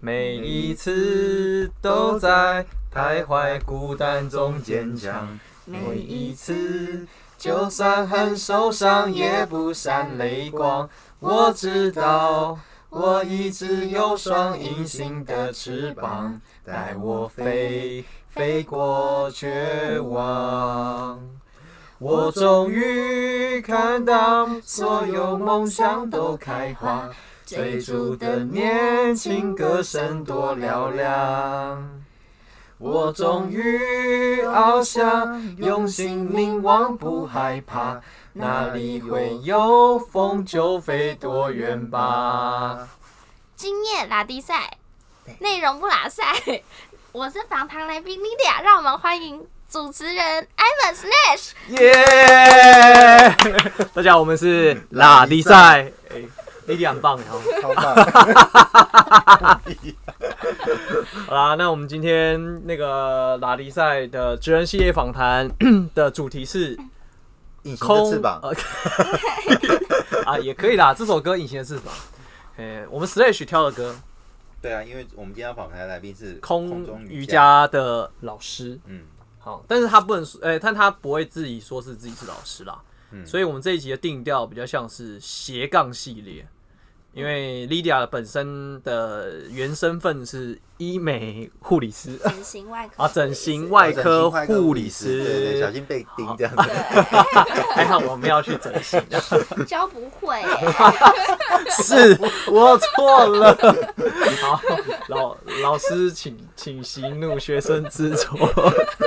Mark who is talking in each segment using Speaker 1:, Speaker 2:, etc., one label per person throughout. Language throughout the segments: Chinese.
Speaker 1: 每一次都在徘徊孤单中坚强，每一次就算很受伤也不闪泪光。我知道我一直有双隐形的翅膀，带我飞，飞过绝望。我终于看到所有梦想都开花。追逐的年轻歌声多嘹亮。我终于翱翔，用心凝望，不害怕，哪里会有风就飞多远吧。
Speaker 2: 今夜拉低赛，内容不拉赛。 我是访谈来宾 Lydia，让我们欢迎主持人 Ivan Slash。
Speaker 1: 耶！大家好，我们是拉力赛。 哎，Lily 很棒， 好。
Speaker 3: 超棒！
Speaker 1: 好啦，那我们今天那个拉力赛的职人系列访谈的主题是
Speaker 3: 隐形的
Speaker 1: 空
Speaker 3: 翅膀，
Speaker 1: 呃 啊，也可以啦。这首歌《隐形的翅膀》，诶、我们 Slash 挑的歌，
Speaker 3: 对啊，因为我们今天要访谈的来宾是空
Speaker 1: 空
Speaker 3: 中
Speaker 1: 瑜
Speaker 3: 瑜伽，
Speaker 1: 伽的老师。
Speaker 3: 嗯，
Speaker 1: 好，但是他不能说，诶、但他不会自己说是自己是老师啦。
Speaker 3: 嗯
Speaker 1: 所以我们这一集的定调比较像是斜杠系列，因为 Lydia 本身的原身份是医美护理师
Speaker 2: 整形外科
Speaker 1: 啊，整形外科
Speaker 3: 哦整形
Speaker 1: 护理
Speaker 3: 对对对，
Speaker 1: 师。
Speaker 3: 小
Speaker 1: 哦
Speaker 3: 心被叮这样子。
Speaker 2: 对，
Speaker 1: 还哎好我们要去整形，
Speaker 2: 教不会耶、
Speaker 1: 是我错了。 好，老老师请请息怒，学生知错。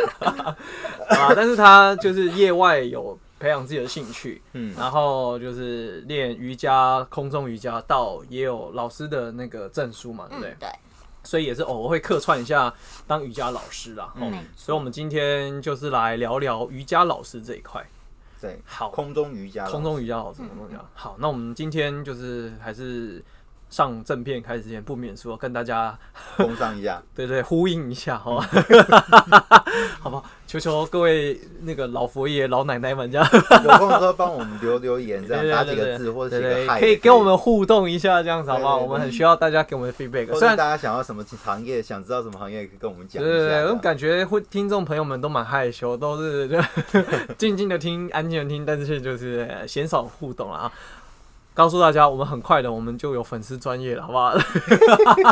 Speaker 1: 啊，但是他就是业外有培养自己的兴趣，
Speaker 3: 嗯，
Speaker 1: 然后就是练瑜伽、空中瑜伽，到也有老师的那个证书嘛，对不对？
Speaker 2: 嗯，对，
Speaker 1: 所以也是偶尔会客串一下当瑜伽老师啦。
Speaker 3: 嗯
Speaker 2: 没
Speaker 1: 所以，我们今天就是来聊聊瑜伽老师这一块。
Speaker 3: 对，
Speaker 1: 好，
Speaker 3: 空中瑜伽，
Speaker 1: 空中瑜伽老师，空中瑜
Speaker 3: 嗯
Speaker 1: 伽。啊好，那我们今天就是还是上正片开始之前，不免说跟大家
Speaker 3: 工上 一下，
Speaker 1: 对对呼应一下哈， 好不好？求求各位那个老佛爷、老奶奶们这样，
Speaker 3: 有空的时候帮我们留留言，这
Speaker 1: 对对
Speaker 3: 样打
Speaker 1: 对
Speaker 3: 几个
Speaker 1: 对
Speaker 3: 字或
Speaker 1: 对
Speaker 3: 者写
Speaker 1: 对
Speaker 3: 个嗨，
Speaker 1: 可以跟我们，互动一下，这样子好不好？
Speaker 3: 对对对
Speaker 1: 我们很需要大家给我们 feedback。
Speaker 3: 或
Speaker 1: 虽
Speaker 3: 者
Speaker 1: 然
Speaker 3: 大家想要什么行业，想知道什么行业，也可以跟我们讲
Speaker 1: 对
Speaker 3: 一
Speaker 1: 对对，我
Speaker 3: 下。
Speaker 1: 感觉会听众朋友们都蛮害羞，都是 静静的听、安静的听，但是就是呃鲜少互动了啊。告诉大家，我们很快的，我们就有粉丝专业了，好不好？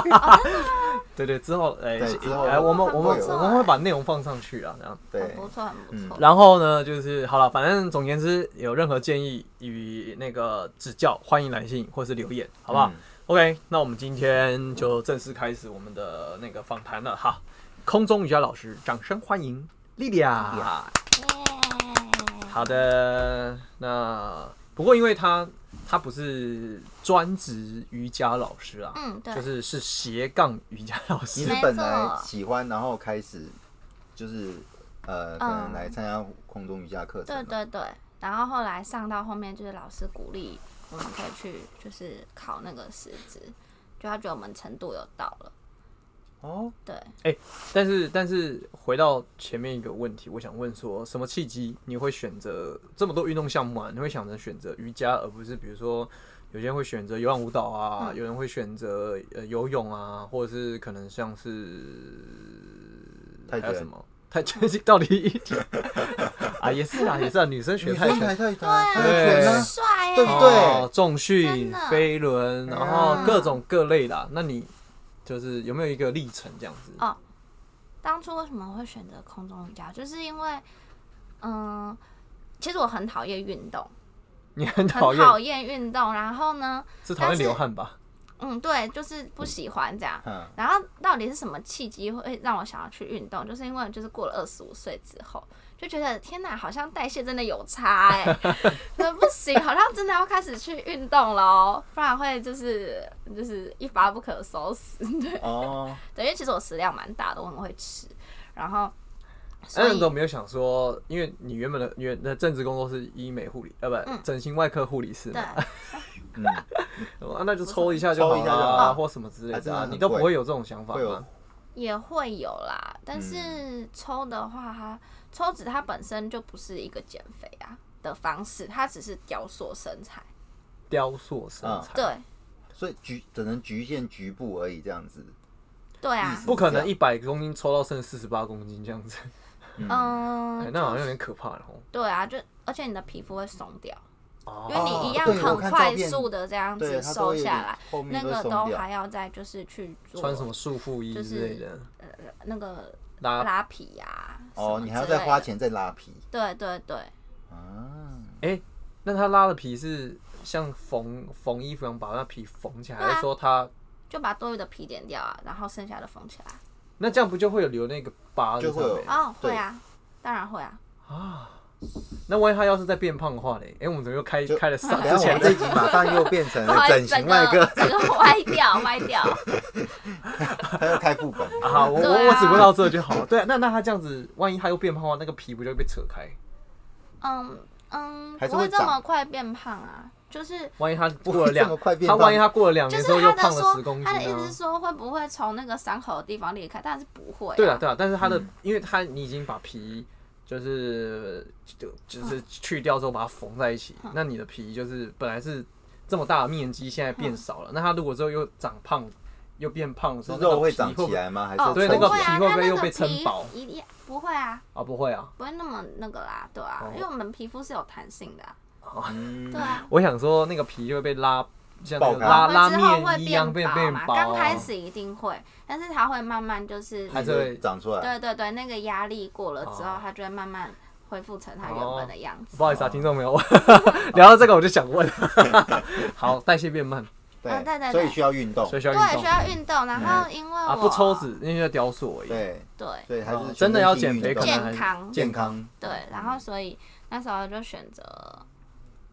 Speaker 1: 对对，之后哎
Speaker 3: 对之后
Speaker 1: 哎，我们我们
Speaker 3: 会有
Speaker 1: 我们会把内容放上去啊，这样。
Speaker 3: 这样
Speaker 2: 很不错，很不错。
Speaker 1: 然后呢，就是好了，反正总言之，有任何建议与那个指教，欢迎来信或是留言，好不好？
Speaker 3: 嗯
Speaker 1: OK，那我们今天就正式开始我们的那个访谈了哈。空中瑜伽老师，掌声欢迎莉莉亚。
Speaker 2: 耶
Speaker 1: 好的，那不过因为她她不是专职瑜伽老师啊，
Speaker 2: 嗯，对，
Speaker 1: 就是是斜杠瑜伽老
Speaker 3: 你
Speaker 1: 师
Speaker 3: 是
Speaker 2: 没。错
Speaker 3: 本来喜欢，然后开始就是呃，可能
Speaker 2: 嗯
Speaker 3: 来参加空中瑜伽课程
Speaker 2: 对
Speaker 3: 嘛，
Speaker 2: 对对。然后后来上到后面，就是老师鼓励我们可以去，就是考那个师资，就他觉得我们程度有到了。
Speaker 3: 哦，
Speaker 2: 对，
Speaker 1: 但是但是回到前面一个问题，我想问说，什么契机你会选择这么多运动项目啊？你会想着选择瑜伽，而不是比如说有些人会选择有氧舞蹈啊，
Speaker 2: 嗯
Speaker 1: 有人会选择呃游泳啊，或者是可能像是
Speaker 3: 太
Speaker 1: 还有
Speaker 3: 极
Speaker 1: 什么太拳击到底一体 啊，也是啊，也是啊，女生学
Speaker 3: 女
Speaker 1: 泰
Speaker 3: 生
Speaker 1: 拳
Speaker 3: 还。太
Speaker 2: 啊，
Speaker 3: 太
Speaker 1: 对
Speaker 3: 拳
Speaker 2: 很
Speaker 3: 呢，
Speaker 2: 帅耶，
Speaker 3: 对不对
Speaker 1: 哦，重
Speaker 2: 真
Speaker 1: 训
Speaker 2: 的、
Speaker 1: 飞轮，然后各种各类啦。那你就是有没有一个历程这样子？
Speaker 2: 哦当初为什么会选择空中瑜伽，就是因为，嗯，其实我很讨厌运动，
Speaker 1: 你很
Speaker 2: 很
Speaker 1: 讨厌，
Speaker 2: 讨厌运动。然后呢，
Speaker 1: 是讨厌
Speaker 2: 但是
Speaker 1: 流汗吧？
Speaker 2: 嗯，对，就是不喜欢这样。
Speaker 3: 嗯，
Speaker 2: 然后到底是什么契机会让我想要去运动？就是因为就是过了二十五岁之后，就觉得天哪，好像代谢真的有差哎、 那不行，好像真的要开始去运动喽，不然会就是就是一发不可收拾。
Speaker 3: 哦，
Speaker 2: 对，因为其实我食量蛮大的，我很会吃，然后所
Speaker 1: 那哎你
Speaker 2: 以
Speaker 1: 都没有想说，因为你原本的原的正职工作是医美护理，呃，
Speaker 2: 嗯
Speaker 1: 不，整形外科护理师
Speaker 2: 对
Speaker 1: 嘛，
Speaker 3: 嗯，
Speaker 1: 啊，那就抽一下就好
Speaker 3: 抽一下就
Speaker 1: 啦，
Speaker 3: 好
Speaker 1: 或什么之类
Speaker 3: 还是
Speaker 1: 的啊，
Speaker 3: 很
Speaker 1: 你都不
Speaker 3: 贵
Speaker 1: 会有这种想法
Speaker 3: 会有
Speaker 1: 吗？
Speaker 2: 也会有啦，但
Speaker 3: 嗯
Speaker 2: 是抽的话，它抽脂它本身就不是一个减肥啊的方式，它只是雕塑身材。
Speaker 1: 雕塑身
Speaker 3: 嗯
Speaker 1: 材，
Speaker 2: 对，
Speaker 3: 所以局只能局限局部而已，这样子。
Speaker 2: 对啊，
Speaker 1: 不可能一百公斤抽到剩四十八公斤这样子，
Speaker 3: 嗯，
Speaker 2: 嗯
Speaker 1: 哎，那好像有点可怕了哦
Speaker 2: 对啊，就而且你的皮肤会松掉，
Speaker 1: 哦。
Speaker 2: 因为你一样
Speaker 3: 对我
Speaker 2: 很
Speaker 3: 看
Speaker 2: 快
Speaker 3: 照片
Speaker 2: 速的这样
Speaker 3: 对，
Speaker 2: 子
Speaker 3: 它都
Speaker 2: 瘦
Speaker 3: 会有
Speaker 2: 下
Speaker 3: 点
Speaker 2: 来，
Speaker 3: 后
Speaker 2: 那
Speaker 3: 面
Speaker 2: 个
Speaker 3: 松
Speaker 2: 都
Speaker 3: 掉
Speaker 2: 还。要再就是去做
Speaker 1: 穿什么束缚衣
Speaker 2: 就
Speaker 1: 之类的，
Speaker 2: 呃那个
Speaker 1: 拉
Speaker 2: 拉皮呀、
Speaker 3: 啊哦，
Speaker 2: 什么
Speaker 3: 你还要
Speaker 2: 之类
Speaker 3: 再花
Speaker 2: 的。
Speaker 3: 钱再拉皮
Speaker 2: 对对对，
Speaker 3: 啊？
Speaker 1: 那他拉的皮是像缝缝衣服一样把那皮缝起来，
Speaker 2: 对啊
Speaker 1: 还是说他
Speaker 2: 就把多余的皮点掉啊，然后剩下的缝起来。
Speaker 1: 那这样不就会有留那个疤在
Speaker 3: 就
Speaker 1: 上
Speaker 3: 会有
Speaker 1: 面
Speaker 2: 哦，
Speaker 3: 对
Speaker 2: 会啊，当然会啊。
Speaker 1: 啊？那万一他要是再变胖的话嘞？哎、我们怎么又开
Speaker 3: 就
Speaker 1: 开了上
Speaker 3: 等
Speaker 1: 之
Speaker 3: 一下我
Speaker 1: 前
Speaker 3: 们这一集马上又变成
Speaker 2: 不
Speaker 3: 了
Speaker 2: 好意
Speaker 3: 整
Speaker 2: 思，
Speaker 3: 形
Speaker 2: 整
Speaker 3: 外
Speaker 2: 个
Speaker 3: 科，
Speaker 2: 整个歪 掉，歪掉。
Speaker 3: 他要开副本。
Speaker 1: 啊？我我
Speaker 2: 对啊
Speaker 1: 我只问到这就好了。对、啊，那那他这样子，万一他又变胖的话，那个皮不就被扯开？
Speaker 2: 嗯嗯，
Speaker 3: 还是
Speaker 2: 不
Speaker 3: 会
Speaker 2: 会这
Speaker 3: 长
Speaker 2: 么快变胖啊，就是
Speaker 1: 万一他
Speaker 3: 不
Speaker 1: 过了
Speaker 3: 会这
Speaker 1: 两
Speaker 3: 么，快变
Speaker 1: 他
Speaker 3: 胖，
Speaker 1: 万一他过了两
Speaker 2: 就
Speaker 1: 年
Speaker 2: 是
Speaker 1: 之后哦又
Speaker 2: 他
Speaker 1: 胖了
Speaker 2: 的
Speaker 1: 十
Speaker 2: 说哎
Speaker 1: 公，斤
Speaker 2: 他的意思
Speaker 1: 呢
Speaker 2: 是？说会不会从那个伤口的地方裂开，但是不会、啊。
Speaker 1: 对啊，对啊，但是他的，因为他你已经把皮就是就就是去掉之后把它缝在一起，那你的皮就是本来是这么大的面积，现在变少了。那他如果之后又长胖，又变胖的时候，
Speaker 3: 是肉
Speaker 1: 会
Speaker 3: 会长起来吗？还
Speaker 2: 哦，
Speaker 3: 是
Speaker 1: 对
Speaker 3: 撑
Speaker 1: 那个
Speaker 2: 不会
Speaker 1: 皮
Speaker 2: 啊，
Speaker 1: 会不
Speaker 2: 它
Speaker 1: 会
Speaker 2: 那
Speaker 1: 又
Speaker 2: 个
Speaker 1: 被撑
Speaker 2: 皮
Speaker 1: 薄
Speaker 2: 一定不会啊，
Speaker 1: 啊？不会啊，
Speaker 2: 不会那么那个啦，对啊，
Speaker 1: 哦
Speaker 2: 因为我们皮肤是有弹性的啊、
Speaker 3: 嗯
Speaker 2: 对啊。
Speaker 1: 我想说那个皮就会被拉，像那
Speaker 3: 爆
Speaker 1: 个
Speaker 3: 开
Speaker 1: 拉
Speaker 2: 我
Speaker 1: 啊拉
Speaker 2: 们之后
Speaker 1: 面
Speaker 2: 会
Speaker 1: 一样变
Speaker 2: 薄
Speaker 1: 变
Speaker 2: 嘛，
Speaker 1: 薄
Speaker 2: 刚开
Speaker 1: 啊。
Speaker 2: 始一定会，但是它会慢慢就是，
Speaker 1: 还是会
Speaker 3: 长出来？
Speaker 2: 对对对，那个压力过了之后
Speaker 1: 哦，
Speaker 2: 它就会慢慢恢复成它原本的样子。
Speaker 1: 不好意思啊，听众朋友， 我聊到这个我就想问， 好，代谢变慢，
Speaker 2: 啊对对对
Speaker 3: 所以需要运动
Speaker 1: 所。以需要运
Speaker 2: 对，
Speaker 1: 动
Speaker 2: 需要运动，然后因为
Speaker 1: 啊，
Speaker 2: 我
Speaker 1: 不抽脂那就雕塑而已。
Speaker 3: 对，
Speaker 2: 对
Speaker 3: 所以还
Speaker 1: 哦
Speaker 3: 是
Speaker 1: 真的要
Speaker 3: 全身
Speaker 1: 减肥
Speaker 3: 性运动
Speaker 1: 可能还
Speaker 2: 健康
Speaker 3: 健康。
Speaker 2: 对，然后所以那时候就选择，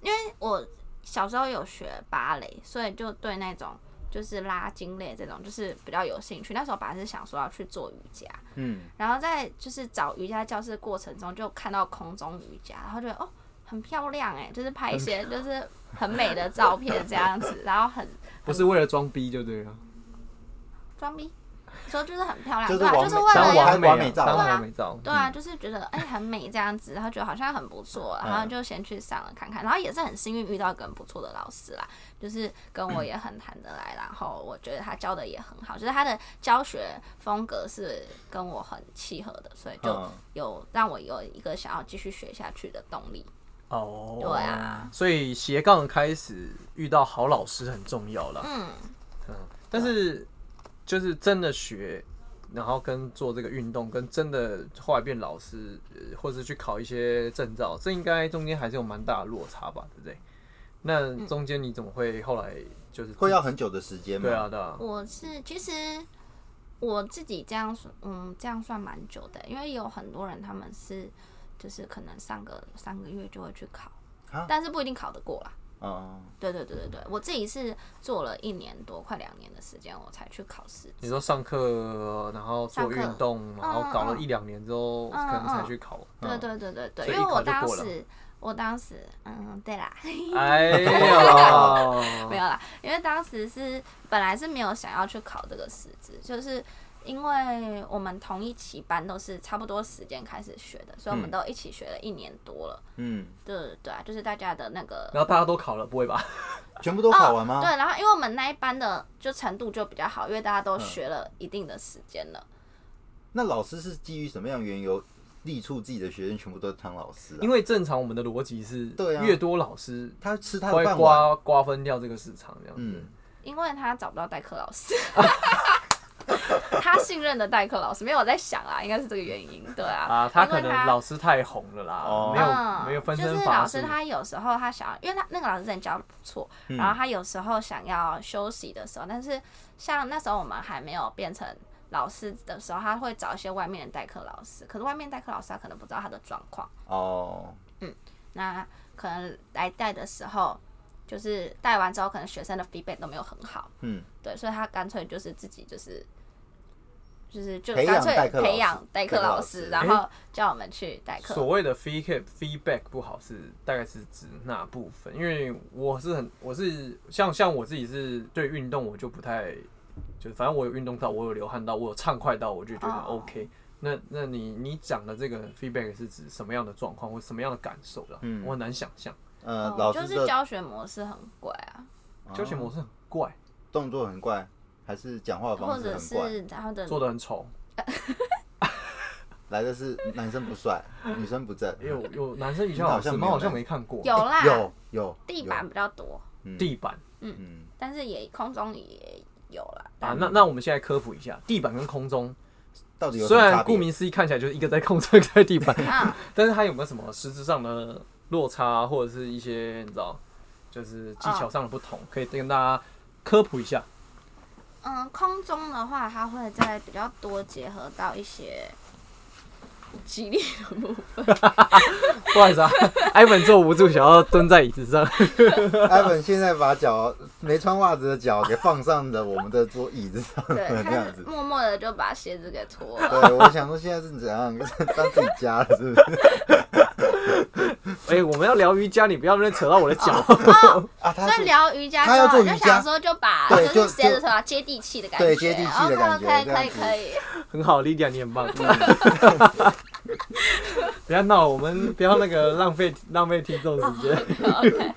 Speaker 2: 因为我小时候有学芭蕾，所以就对那种就是拉筋类这种就是比较有兴趣。那时候本来是想说要去做瑜伽，
Speaker 3: 嗯，
Speaker 2: 然后在就是找瑜伽教室的过程中，就看到空中瑜伽，然后觉得哦很漂亮哎，就是拍一些就是很美的照片这样子，然后很
Speaker 1: 不是为了装逼就对了，
Speaker 2: 装逼，说就是很漂亮，
Speaker 3: 就是
Speaker 2: 对啊，
Speaker 3: 完
Speaker 2: 就是
Speaker 3: 美
Speaker 2: 为
Speaker 1: 当
Speaker 2: 了
Speaker 3: 完
Speaker 2: 要
Speaker 1: 王美
Speaker 3: 拍完
Speaker 1: 啊当完美
Speaker 3: 美照
Speaker 2: 对啊
Speaker 1: 照，
Speaker 2: 对啊，就是觉得哎、很美这样子，然后觉得好像很不错，然后
Speaker 3: 嗯嗯
Speaker 2: 就先去上了看看，然后也是很幸运遇到一个很不错的老师啦，就是跟我也很谈得来，然后我觉得他教的也很好，就是他的教学风格是跟我很契合的，所以就
Speaker 3: 嗯
Speaker 2: 有让我有一个想要继续学下去的动力。
Speaker 1: 哦，
Speaker 2: 对啊，
Speaker 1: 所以斜杠开始遇到好老师很重要了。
Speaker 2: 嗯，
Speaker 1: 嗯，但是就是真的学，然后跟做这个运动，跟真的后来变老师，呃或者去考一些证照，这应该中间还是有蛮大的落差吧，对不对？那
Speaker 2: 嗯
Speaker 1: 中间你怎么会后来就是
Speaker 3: 会要很久的时间嘛？
Speaker 1: 对啊，对啊，
Speaker 2: 我是其实我自己这样算，嗯，这样算蛮久的，因为有很多人他们是就是可能上个三个月就会去考
Speaker 3: 啊，
Speaker 2: 但是不一定考得过啦。
Speaker 3: 嗯，
Speaker 2: 对对对对对，我自己是做了一年多，快两年的时间，我才去考试。
Speaker 1: 你说上课，然后做
Speaker 2: 上课
Speaker 1: 运动，然后搞了
Speaker 2: 嗯嗯
Speaker 1: 一两年之后，可能才去考。
Speaker 2: 对对对对对，
Speaker 1: 嗯所以
Speaker 2: 因为
Speaker 1: 一考
Speaker 2: 我
Speaker 1: 就
Speaker 2: 当
Speaker 1: 过了
Speaker 2: 时，我当时，嗯，对啦，
Speaker 1: 哎呦，
Speaker 2: 没有啦，因为当时是本来是没有想要去考这个师资，就是因为我们同一期班都是差不多时间开始学的，所以我
Speaker 3: 嗯
Speaker 2: 们都一起学了一年多了。
Speaker 3: 嗯，
Speaker 2: 对对对啊，就是大家的那个
Speaker 1: 然后大家都考了，不会 吧？
Speaker 3: 全部都考完吗？
Speaker 2: 哦对，然后因为我们那一班的就程度就比较好，因为大家都
Speaker 1: 嗯
Speaker 2: 学了一定的时间了。
Speaker 3: 那老师是基于什么样的缘由力促自己的学生全部都当老师啊？
Speaker 1: 因为正常我们的逻辑是，
Speaker 3: 对啊
Speaker 1: 越多老师，
Speaker 3: 他吃他
Speaker 1: 他
Speaker 3: 的
Speaker 1: 会
Speaker 3: 饭碗。
Speaker 1: 瓜瓜分掉这个市场，这样子
Speaker 3: 嗯。，
Speaker 2: 因为他找不到代课 老师，他信任的代课老师没有我在想啊，应该是这个原因，对啊，
Speaker 1: 啊，他
Speaker 2: 因为
Speaker 1: 可能老师太红了啦
Speaker 3: 哦，
Speaker 1: 没有没有分身
Speaker 2: 嗯就是
Speaker 1: 乏
Speaker 2: 老
Speaker 1: 术
Speaker 2: 师。他有时候他想要，因为他那个老师真的教得不错，
Speaker 1: 嗯
Speaker 3: 嗯
Speaker 2: 然后他有时候想要休息的时候，但是像那时候我们还没有变成老师的时候，他会找一些外面的代课老师，可是外面代课老师他可能不知道他的状况，
Speaker 3: 哦，
Speaker 2: 那可能来带的时候，就是带完之后，可能学生的 feedback 都没有很好。
Speaker 3: 嗯，
Speaker 2: 对，所以他干脆就是自己就是就是就
Speaker 3: 培养
Speaker 2: 干脆
Speaker 3: 代课老师
Speaker 2: 培养代课老师，
Speaker 3: 代
Speaker 2: 然
Speaker 1: 课老师
Speaker 2: 后叫我们去代课。
Speaker 1: 所谓的 feedback feedback 不好是大概是指哪部分？因为我是很我是像像我自己是对运动我就不太，就是反正我有运动到，我有流汗到，我有畅快到，我就觉得
Speaker 2: 哦
Speaker 1: OK。那那你你讲的这个 feedback 是指什么样的状况或什么样的感受啦？
Speaker 3: 嗯
Speaker 1: 我很难想象，
Speaker 3: 呃，
Speaker 2: 嗯
Speaker 3: 老
Speaker 2: 就
Speaker 3: 师
Speaker 2: 是
Speaker 3: 的哦
Speaker 2: 教学模式很怪啊，
Speaker 1: 教学模式很怪。
Speaker 3: 动作很怪，还是讲话的
Speaker 2: 或
Speaker 3: 方式
Speaker 2: 者
Speaker 3: 很怪，
Speaker 2: 是他的
Speaker 1: 做的很丑，
Speaker 3: 来的是男生不 帅，女生不正，
Speaker 1: 有有男生语
Speaker 3: 你
Speaker 1: 校
Speaker 3: 好
Speaker 1: 老师
Speaker 3: 像没
Speaker 1: 吗？
Speaker 3: 有
Speaker 1: 好像
Speaker 3: 嘞
Speaker 1: 没看过。
Speaker 2: 有啦，
Speaker 3: 有有
Speaker 2: 地板，比较多，
Speaker 3: 有
Speaker 1: 地板
Speaker 3: 嗯，
Speaker 2: 但是也空中也有啦。
Speaker 1: 啊，那那我们现在科普一下，地板跟空中，
Speaker 3: 到底有什
Speaker 1: 虽
Speaker 3: 么
Speaker 1: 然
Speaker 3: 差别
Speaker 1: 顾名思义看起来就是一个在空中，一个在地板，
Speaker 2: 啊，
Speaker 1: 但是它有没有什么实质上的落差啊，或者是一些你知道，就是技巧上的不同，可以跟大家科普一下。
Speaker 2: 嗯，空中的话，它会在比较多结合到一些激励的部分。
Speaker 1: 不好意思啊， 艾文坐不住，想要蹲在椅子上。
Speaker 3: 艾文现在把脚没穿袜子的脚给放上了我们的桌椅子上，
Speaker 2: 对，
Speaker 3: 这
Speaker 2: 他
Speaker 3: 样子。
Speaker 2: 是默默的就把鞋子给脱了。
Speaker 3: 对，我想说现在是怎样 当自己家了，是不是？
Speaker 1: 哎、我们要聊瑜伽，你不要在那边扯到我的脚。
Speaker 2: 哦
Speaker 3: 啊，他
Speaker 2: 所以
Speaker 3: 是
Speaker 2: 聊瑜伽
Speaker 3: 他
Speaker 2: 之
Speaker 3: 要
Speaker 2: 后，
Speaker 3: 做
Speaker 2: 就
Speaker 3: 瑜
Speaker 2: 想
Speaker 3: 伽
Speaker 2: 说就把
Speaker 3: 对
Speaker 2: 是
Speaker 3: 就
Speaker 2: 鞋子
Speaker 3: 就
Speaker 2: 脱了，接地气的感觉。哦
Speaker 3: 对接地气的感觉
Speaker 2: OK
Speaker 3: 这
Speaker 2: OK，可
Speaker 3: 样
Speaker 2: 以
Speaker 3: 子
Speaker 2: 可以。
Speaker 1: 很好莉 i 你 很棒。不要闹，我们不要那个浪费浪费听众时间。
Speaker 2: 哦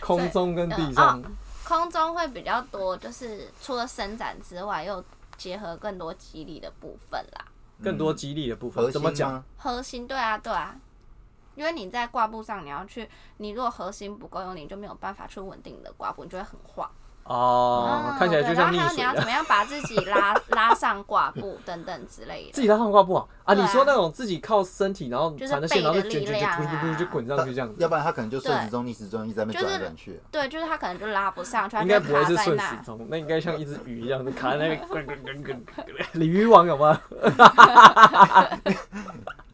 Speaker 1: 空中跟地
Speaker 2: 嗯
Speaker 1: 上，
Speaker 2: 空中会比较多，就是除了伸展之外，又结合更多肌力的部分啦。
Speaker 1: 更多激励的部分
Speaker 3: 核
Speaker 1: 怎
Speaker 3: 心
Speaker 1: 么讲？
Speaker 3: 吗？
Speaker 2: 核心，对啊，对啊，因为你在挂布上，你要去，你如果核心不够用力，你就没有办法去稳定你的挂布，你就会很晃。
Speaker 1: 哦，
Speaker 2: 嗯
Speaker 1: 看起来
Speaker 2: 对
Speaker 1: 就像溺
Speaker 2: 然后还有你
Speaker 1: 水
Speaker 2: 要怎
Speaker 1: 了。
Speaker 2: 么样把自己拉拉上挂布等等之类
Speaker 1: 自
Speaker 2: 的。
Speaker 1: 己拉上挂不好啊！
Speaker 2: 对啊
Speaker 1: 你说那种自己靠身体，然后
Speaker 2: 就是
Speaker 1: 缠着线，然后就
Speaker 2: 背的
Speaker 1: 卷
Speaker 2: 力
Speaker 1: 卷卷，
Speaker 2: 量
Speaker 1: 噗噗
Speaker 2: 啊
Speaker 1: 噗就滚上去这样子
Speaker 3: 要。不然他可能就顺时钟逆时钟一直在那边转来转去。啊
Speaker 2: 对，就是他可能就拉不上去，他
Speaker 1: 应
Speaker 2: 就
Speaker 1: 该不会
Speaker 2: 卡
Speaker 1: 是
Speaker 2: 在
Speaker 1: 顺时
Speaker 2: 那。
Speaker 1: 钟，那应该像一只鱼一 样子卡在那边滚滚滚滚滚。 鲤鱼王有吗？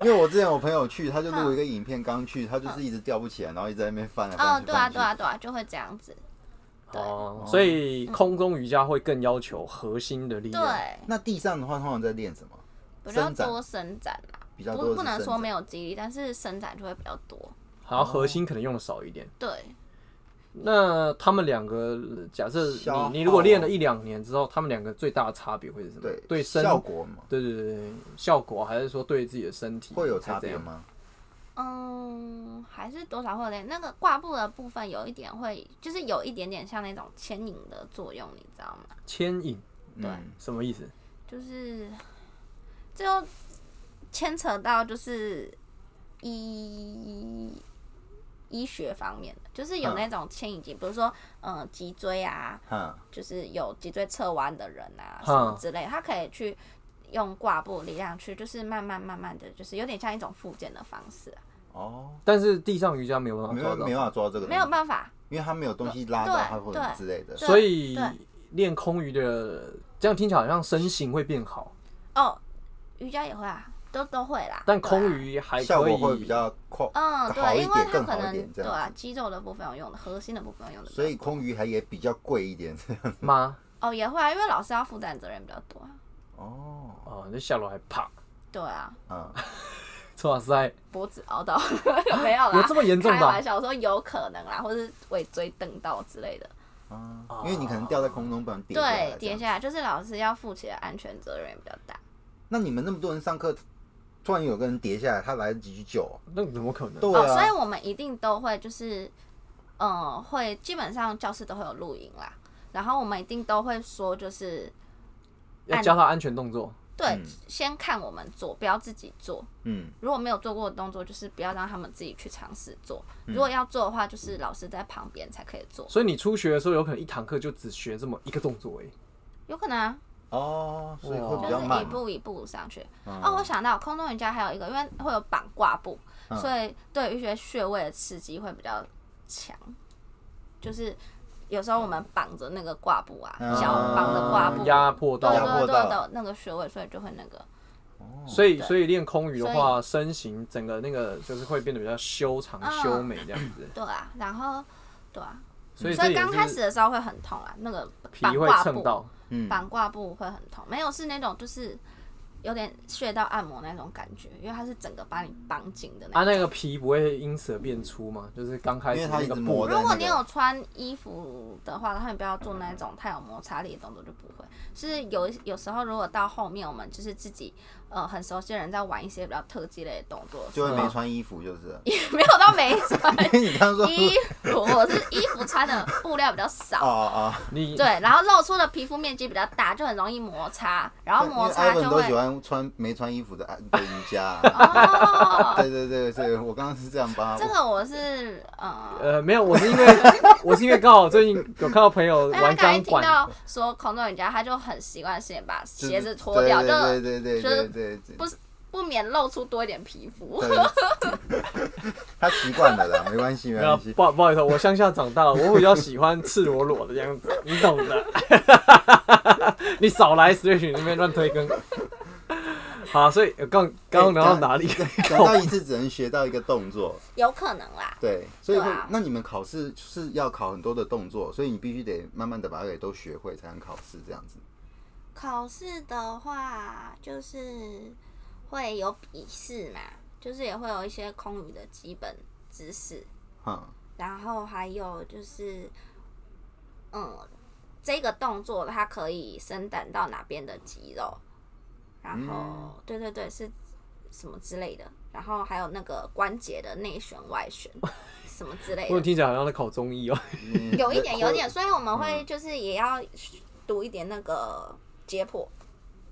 Speaker 3: 因为我之前我朋友去，他就录一个影片，刚去他就是一直吊不起来，然后一直在那边翻来翻
Speaker 2: 嗯，
Speaker 3: 去。
Speaker 2: 对啊，
Speaker 3: 翻去
Speaker 2: 对啊，对啊，就会这样子。对
Speaker 1: 哦，所以空中瑜伽会更要求核心的力
Speaker 2: 对
Speaker 1: 量。，
Speaker 3: 那地上的话，通常在练什么？
Speaker 2: 比较
Speaker 3: 伸展
Speaker 2: 多伸展啦，
Speaker 3: 比较多
Speaker 2: 不
Speaker 3: 的
Speaker 2: 不
Speaker 3: 是
Speaker 2: 能
Speaker 3: 伸
Speaker 2: 说
Speaker 3: 展
Speaker 2: 没有肌力，但是伸展就会比较多。
Speaker 1: 然后核心可能用的少一点。
Speaker 2: 对，嗯
Speaker 1: 那他们两个假设
Speaker 3: 消耗
Speaker 1: 你你如果练了一两年之后，他们两个最大的差别会是什么？
Speaker 3: 对
Speaker 1: 对身
Speaker 3: 效果嘛，
Speaker 1: 对对对对效果还是说对自己的身体
Speaker 3: 会有差
Speaker 1: 还是
Speaker 3: 别
Speaker 1: 怎样？
Speaker 3: 吗？
Speaker 2: 嗯，还是多少会有点那个挂布的部分有一点会，就是有一点点像那种牵引的作用，你知道吗？
Speaker 1: 牵引
Speaker 2: 对
Speaker 3: 嗯，
Speaker 1: 什么意思？
Speaker 2: 就是就牵扯到就是医医学方面的，就是有
Speaker 3: 嗯
Speaker 2: 那种牵引机，比如说嗯、呃脊椎啊，
Speaker 3: 哈，
Speaker 2: 就是有脊椎侧弯的人啊什么
Speaker 1: 嗯
Speaker 2: 之类，他可以去。用挂布力量去，就是慢慢慢慢的就是有点像一种复健的方式啊，
Speaker 3: 哦，
Speaker 1: 但是地上瑜伽没有办法
Speaker 3: 没
Speaker 1: 抓
Speaker 3: 有
Speaker 1: 到
Speaker 3: 没，办法抓这个，
Speaker 2: 没有，办法，
Speaker 3: 因为他没有东西拉到
Speaker 2: 对
Speaker 3: 他或者
Speaker 2: 对
Speaker 3: 之类的。
Speaker 2: 对
Speaker 1: 所以
Speaker 2: 对
Speaker 1: 练空余的这样听起来好像身形会变好，
Speaker 2: 哦，瑜伽也会啊，都都会啦。
Speaker 1: 但
Speaker 2: 对啊
Speaker 1: 空余还
Speaker 3: 效
Speaker 1: 可以
Speaker 3: 果会比较快，好
Speaker 2: 嗯，
Speaker 3: 一
Speaker 2: 对，因为
Speaker 3: 点
Speaker 2: 它
Speaker 3: 更
Speaker 2: 可
Speaker 3: 好一
Speaker 2: 能
Speaker 3: 点这
Speaker 2: 对
Speaker 3: 样
Speaker 2: 啊，肌肉的部分有用的，核心的部分有用的比较多，
Speaker 3: 所以空余还也比较贵一点。
Speaker 1: 吗？
Speaker 2: 哦也会啊，因为老师要负担责任比较多啊。
Speaker 3: 哦，
Speaker 1: 哦，那下楼还啪，
Speaker 2: 对啊，
Speaker 3: 嗯，
Speaker 1: 哇塞，
Speaker 2: 脖子凹 到没有啦，
Speaker 1: 有这么严重的啊
Speaker 2: 开玩笑，我说有可能啦，或是尾椎蹬到之类的，
Speaker 3: 啊，因为你可能掉在空中，不然跌下来。
Speaker 2: 对，跌。下来就是老师要负起的安全责任也比较大。
Speaker 3: 那你们那么多人上课，突然有个人跌下来，他来得及去救哦？
Speaker 1: 那怎么可能？
Speaker 3: 对
Speaker 2: 哦，所以
Speaker 3: 啊，
Speaker 2: 我们一定都会就是，嗯，会基本上教室都会有录影啦，然后我们一定都会说就是。
Speaker 1: 要教他安全动作。
Speaker 2: 对，
Speaker 3: 嗯
Speaker 2: 先看我们做，不要自己做。
Speaker 3: 嗯，
Speaker 2: 如果没有做过的动作，就是不要让他们自己去尝试做。
Speaker 3: 嗯
Speaker 2: 如果要做的话，就是老师在旁边才可以做。
Speaker 1: 所以你初学的时候，有可能一堂课就只学这么一个动作而已。
Speaker 2: 有可能啊，
Speaker 3: 哦，所以会比
Speaker 2: 就
Speaker 3: 较
Speaker 2: 是一
Speaker 3: 慢。
Speaker 2: 步一步上去。
Speaker 3: 嗯
Speaker 2: 哦，我想到空中瑜伽还有一个，因为会有绑挂布，
Speaker 3: 嗯
Speaker 2: 所以对于一些穴位的刺激会比较强。就是有时候我们绑着那个挂布啊，
Speaker 3: 嗯
Speaker 2: 脚绑着挂布，
Speaker 1: 压迫
Speaker 2: 对
Speaker 1: 到
Speaker 2: 对
Speaker 3: 压迫
Speaker 2: 对
Speaker 3: 到
Speaker 2: 对对那个穴位，所以就会那个。
Speaker 1: 所以，所以练空余的话，身形整个那个就是会变得比较修长、
Speaker 2: 嗯
Speaker 1: 修美这样子。
Speaker 2: 对啊，然后对啊，
Speaker 1: 所以
Speaker 2: 所
Speaker 1: 这
Speaker 2: 以
Speaker 1: 也
Speaker 2: 刚开始
Speaker 1: 是
Speaker 2: 的时候会很痛啊，那个
Speaker 1: 皮
Speaker 2: 绑
Speaker 1: 会
Speaker 2: 挂
Speaker 1: 蹭
Speaker 2: 布。
Speaker 1: 到，
Speaker 3: 嗯，
Speaker 2: 绑挂布会很痛，没有是那种就是有点穴道按摩那种感觉，因为它是整个把你绑紧的那
Speaker 1: 啊，
Speaker 2: 种。
Speaker 1: 那个皮不会因此而变粗吗？就是刚开始
Speaker 3: 因为它
Speaker 1: 那
Speaker 3: 一直
Speaker 1: 个布
Speaker 3: 磨的
Speaker 2: 如果你有穿衣服的话，然后你不要做那种太有摩擦力的动作，就不会。是有有时候如果到后面我们就是自己呃很熟悉的人在玩一些比较特技类的动作的时
Speaker 3: 就
Speaker 2: 候，
Speaker 3: 会没穿衣服，就是了。
Speaker 2: 也 没有到没穿
Speaker 3: 因为 你刚刚说
Speaker 2: 衣服，我是衣服穿的布料比较
Speaker 3: 哦
Speaker 2: 少，
Speaker 3: 哦，
Speaker 1: 你
Speaker 2: 对，然后露出的皮肤面积比较大，就很容易摩擦，然后
Speaker 3: 因为
Speaker 2: 摩擦
Speaker 3: Ivan
Speaker 2: 就
Speaker 3: 都喜
Speaker 2: 会
Speaker 3: 欢穿没穿衣服的的瑜伽 啊、
Speaker 2: 哦，
Speaker 3: 对对对，所以我刚刚是这样帮
Speaker 2: 这
Speaker 3: 他。
Speaker 2: 个我是呃。
Speaker 1: 呃没有，我是因为我是因为刚好最近有看到朋友
Speaker 2: 因为他
Speaker 1: 玩
Speaker 2: 刚才
Speaker 1: 钢
Speaker 2: 一听
Speaker 1: 管，
Speaker 2: 到说空中瑜伽，他就很习惯性把
Speaker 3: 就是
Speaker 2: 鞋子脱掉，
Speaker 3: 对
Speaker 2: 就
Speaker 3: 对对对
Speaker 2: 就
Speaker 3: 对
Speaker 2: 是
Speaker 3: 对对，
Speaker 2: 不不免露出多一点皮肤。
Speaker 3: 对 他习惯了啦，没关系没
Speaker 1: 没有
Speaker 3: 关系。
Speaker 1: 不好不好意思，我乡下长大了，我比较喜欢赤裸裸的样子，你懂的。 你少来 Stretch 那边乱推更。好，所以呃刚刚刚聊到哪里？
Speaker 3: 讲到一次只能学到一个动作，
Speaker 2: 有可能啦，
Speaker 3: 对，所以会
Speaker 2: 对啊
Speaker 3: 那你们考试是要考很多的动作，所以你必须得慢慢的把它给都学会，才能考试这样子。
Speaker 2: 考试的话就是会有笔试嘛，就是也会有一些空语的基本知识，
Speaker 3: 哈，
Speaker 2: 然后还有就是，嗯，这个动作它可以伸展到哪边的肌肉，然后、
Speaker 3: 嗯
Speaker 2: 对对对是什么之类的，然后还有那个关节的内旋外旋什么之类
Speaker 1: 我
Speaker 2: 的，
Speaker 1: 听起来好像在考中医哦。
Speaker 3: 嗯
Speaker 2: 有一点，有一点，，所以我们会就是也要读一点那个解剖。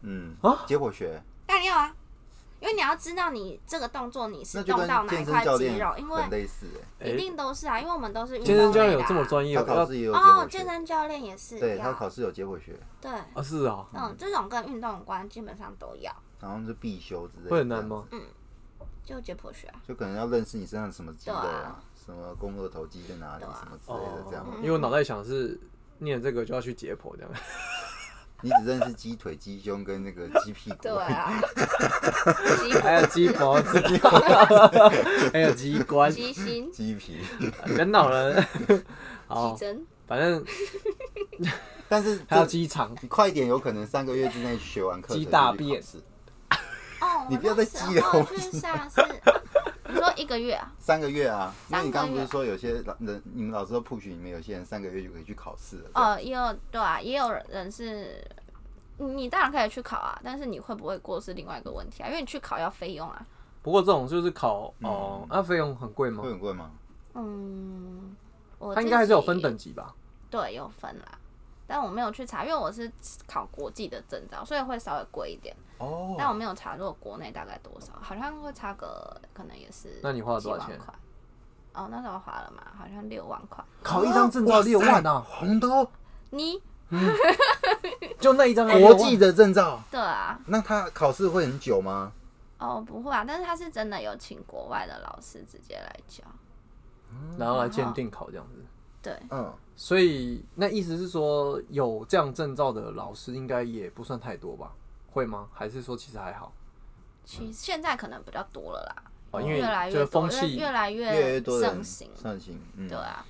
Speaker 3: 嗯
Speaker 1: 啊，
Speaker 3: 结果学，
Speaker 2: 当然要啊，因为你要知道你这个动作你
Speaker 3: 那
Speaker 2: 是
Speaker 3: 就
Speaker 2: 动
Speaker 3: 跟
Speaker 2: 到哪一
Speaker 3: 健
Speaker 2: 块
Speaker 3: 身教
Speaker 2: 肌
Speaker 3: 练
Speaker 2: 肉，因为
Speaker 3: 很类似欸
Speaker 2: 一定都是啊，因为我们都是运
Speaker 1: 健身
Speaker 2: 动
Speaker 1: 教练
Speaker 2: 类
Speaker 1: 有
Speaker 2: 的
Speaker 1: 这么
Speaker 2: 啊
Speaker 1: 专业？
Speaker 3: 他
Speaker 1: 我
Speaker 3: 考
Speaker 1: 要
Speaker 3: 试也有结
Speaker 2: 哦
Speaker 3: 果，
Speaker 2: 健
Speaker 3: 学，
Speaker 2: 身教练也是
Speaker 3: 对
Speaker 2: 要
Speaker 3: 他考试有结果学，
Speaker 2: 对，
Speaker 1: 啊是啊，
Speaker 2: 嗯，这种跟运动有关，基本上都要，
Speaker 3: 好像是必修之类的。
Speaker 1: 会很难吗？？
Speaker 2: 就解剖学啊，
Speaker 3: 就可能要认识你身上什么肌肉
Speaker 2: 对
Speaker 3: 啊
Speaker 2: 啊，
Speaker 3: 什么肱二头肌在哪里，
Speaker 2: 对啊
Speaker 3: 什么之类
Speaker 1: 哦
Speaker 3: 的这样。，
Speaker 1: 因为我脑袋想的是念这个就要去解剖这样。
Speaker 3: 你只认识鸡腿、鸡胸跟那个鸡屁股。
Speaker 2: 对啊，肌
Speaker 1: 还 有鸡脖子，还有鸡冠，
Speaker 2: 肌心、肌
Speaker 3: 鸡皮，
Speaker 1: 不要闹 了。好，
Speaker 2: 针，
Speaker 1: 反正
Speaker 3: 但是
Speaker 1: 还有
Speaker 3: 这
Speaker 1: 鸡肠，
Speaker 3: 你快一点，有可能三个月之内学完课程
Speaker 1: 鸡大
Speaker 3: 就去考
Speaker 1: 便
Speaker 3: 试
Speaker 2: 哦，
Speaker 3: 你
Speaker 2: 我
Speaker 3: 不要再
Speaker 2: 那
Speaker 3: 激
Speaker 2: 时
Speaker 3: 了
Speaker 2: 候
Speaker 3: 我
Speaker 2: 去上是，你说一个月啊，
Speaker 3: 三个月啊，那你刚刚不是
Speaker 2: 三
Speaker 3: 说有些老人，你们老师都 push 你们有些人三个月就可以去考试了？
Speaker 2: 呃，也有对啊，也有人是，你当然可以去考啊，但是你会不会过是另外一个问题啊，因为你去考要费用啊。
Speaker 1: 不过这种就是考
Speaker 3: 嗯
Speaker 1: 哦，那费用很贵
Speaker 3: 对
Speaker 1: 吗
Speaker 3: 会？很贵吗？
Speaker 2: 嗯，我
Speaker 1: 它应
Speaker 2: 自
Speaker 1: 该还是有分
Speaker 2: 己，
Speaker 1: 等级吧？
Speaker 2: 对，有分啦，但我没有去查，因为我是考国际的证照，所以会稍微贵一点，但我
Speaker 3: 哦，
Speaker 2: 没有查，如果国内大概多少，好像会差个可能也是，
Speaker 1: 那你花了多少钱？
Speaker 2: 哦，那时候花了嘛，好像六万块。
Speaker 1: 考一张证照六万啊，
Speaker 3: 红哦都
Speaker 2: 你
Speaker 1: 就那一张
Speaker 3: 国际的证照，
Speaker 2: 对啊，
Speaker 3: 那他考试会很久吗？
Speaker 2: 哦不会啊，但是他是真的有请国外的老师直接来教，
Speaker 1: 然后来鉴定考这样子。
Speaker 2: 对，
Speaker 3: 嗯，
Speaker 1: 所以那意思是说，有这样证照的老师应该也不算太多吧？会吗？还是说其实还好？
Speaker 2: 其实现在可能比较多了啦，
Speaker 1: 哦，因为
Speaker 2: 越来
Speaker 1: 就
Speaker 2: 越
Speaker 1: 是
Speaker 2: 多
Speaker 1: 风，
Speaker 2: 越
Speaker 1: 气
Speaker 2: 越来
Speaker 3: 越来越多人
Speaker 2: 盛行，
Speaker 3: 盛行，嗯，
Speaker 2: 对啊，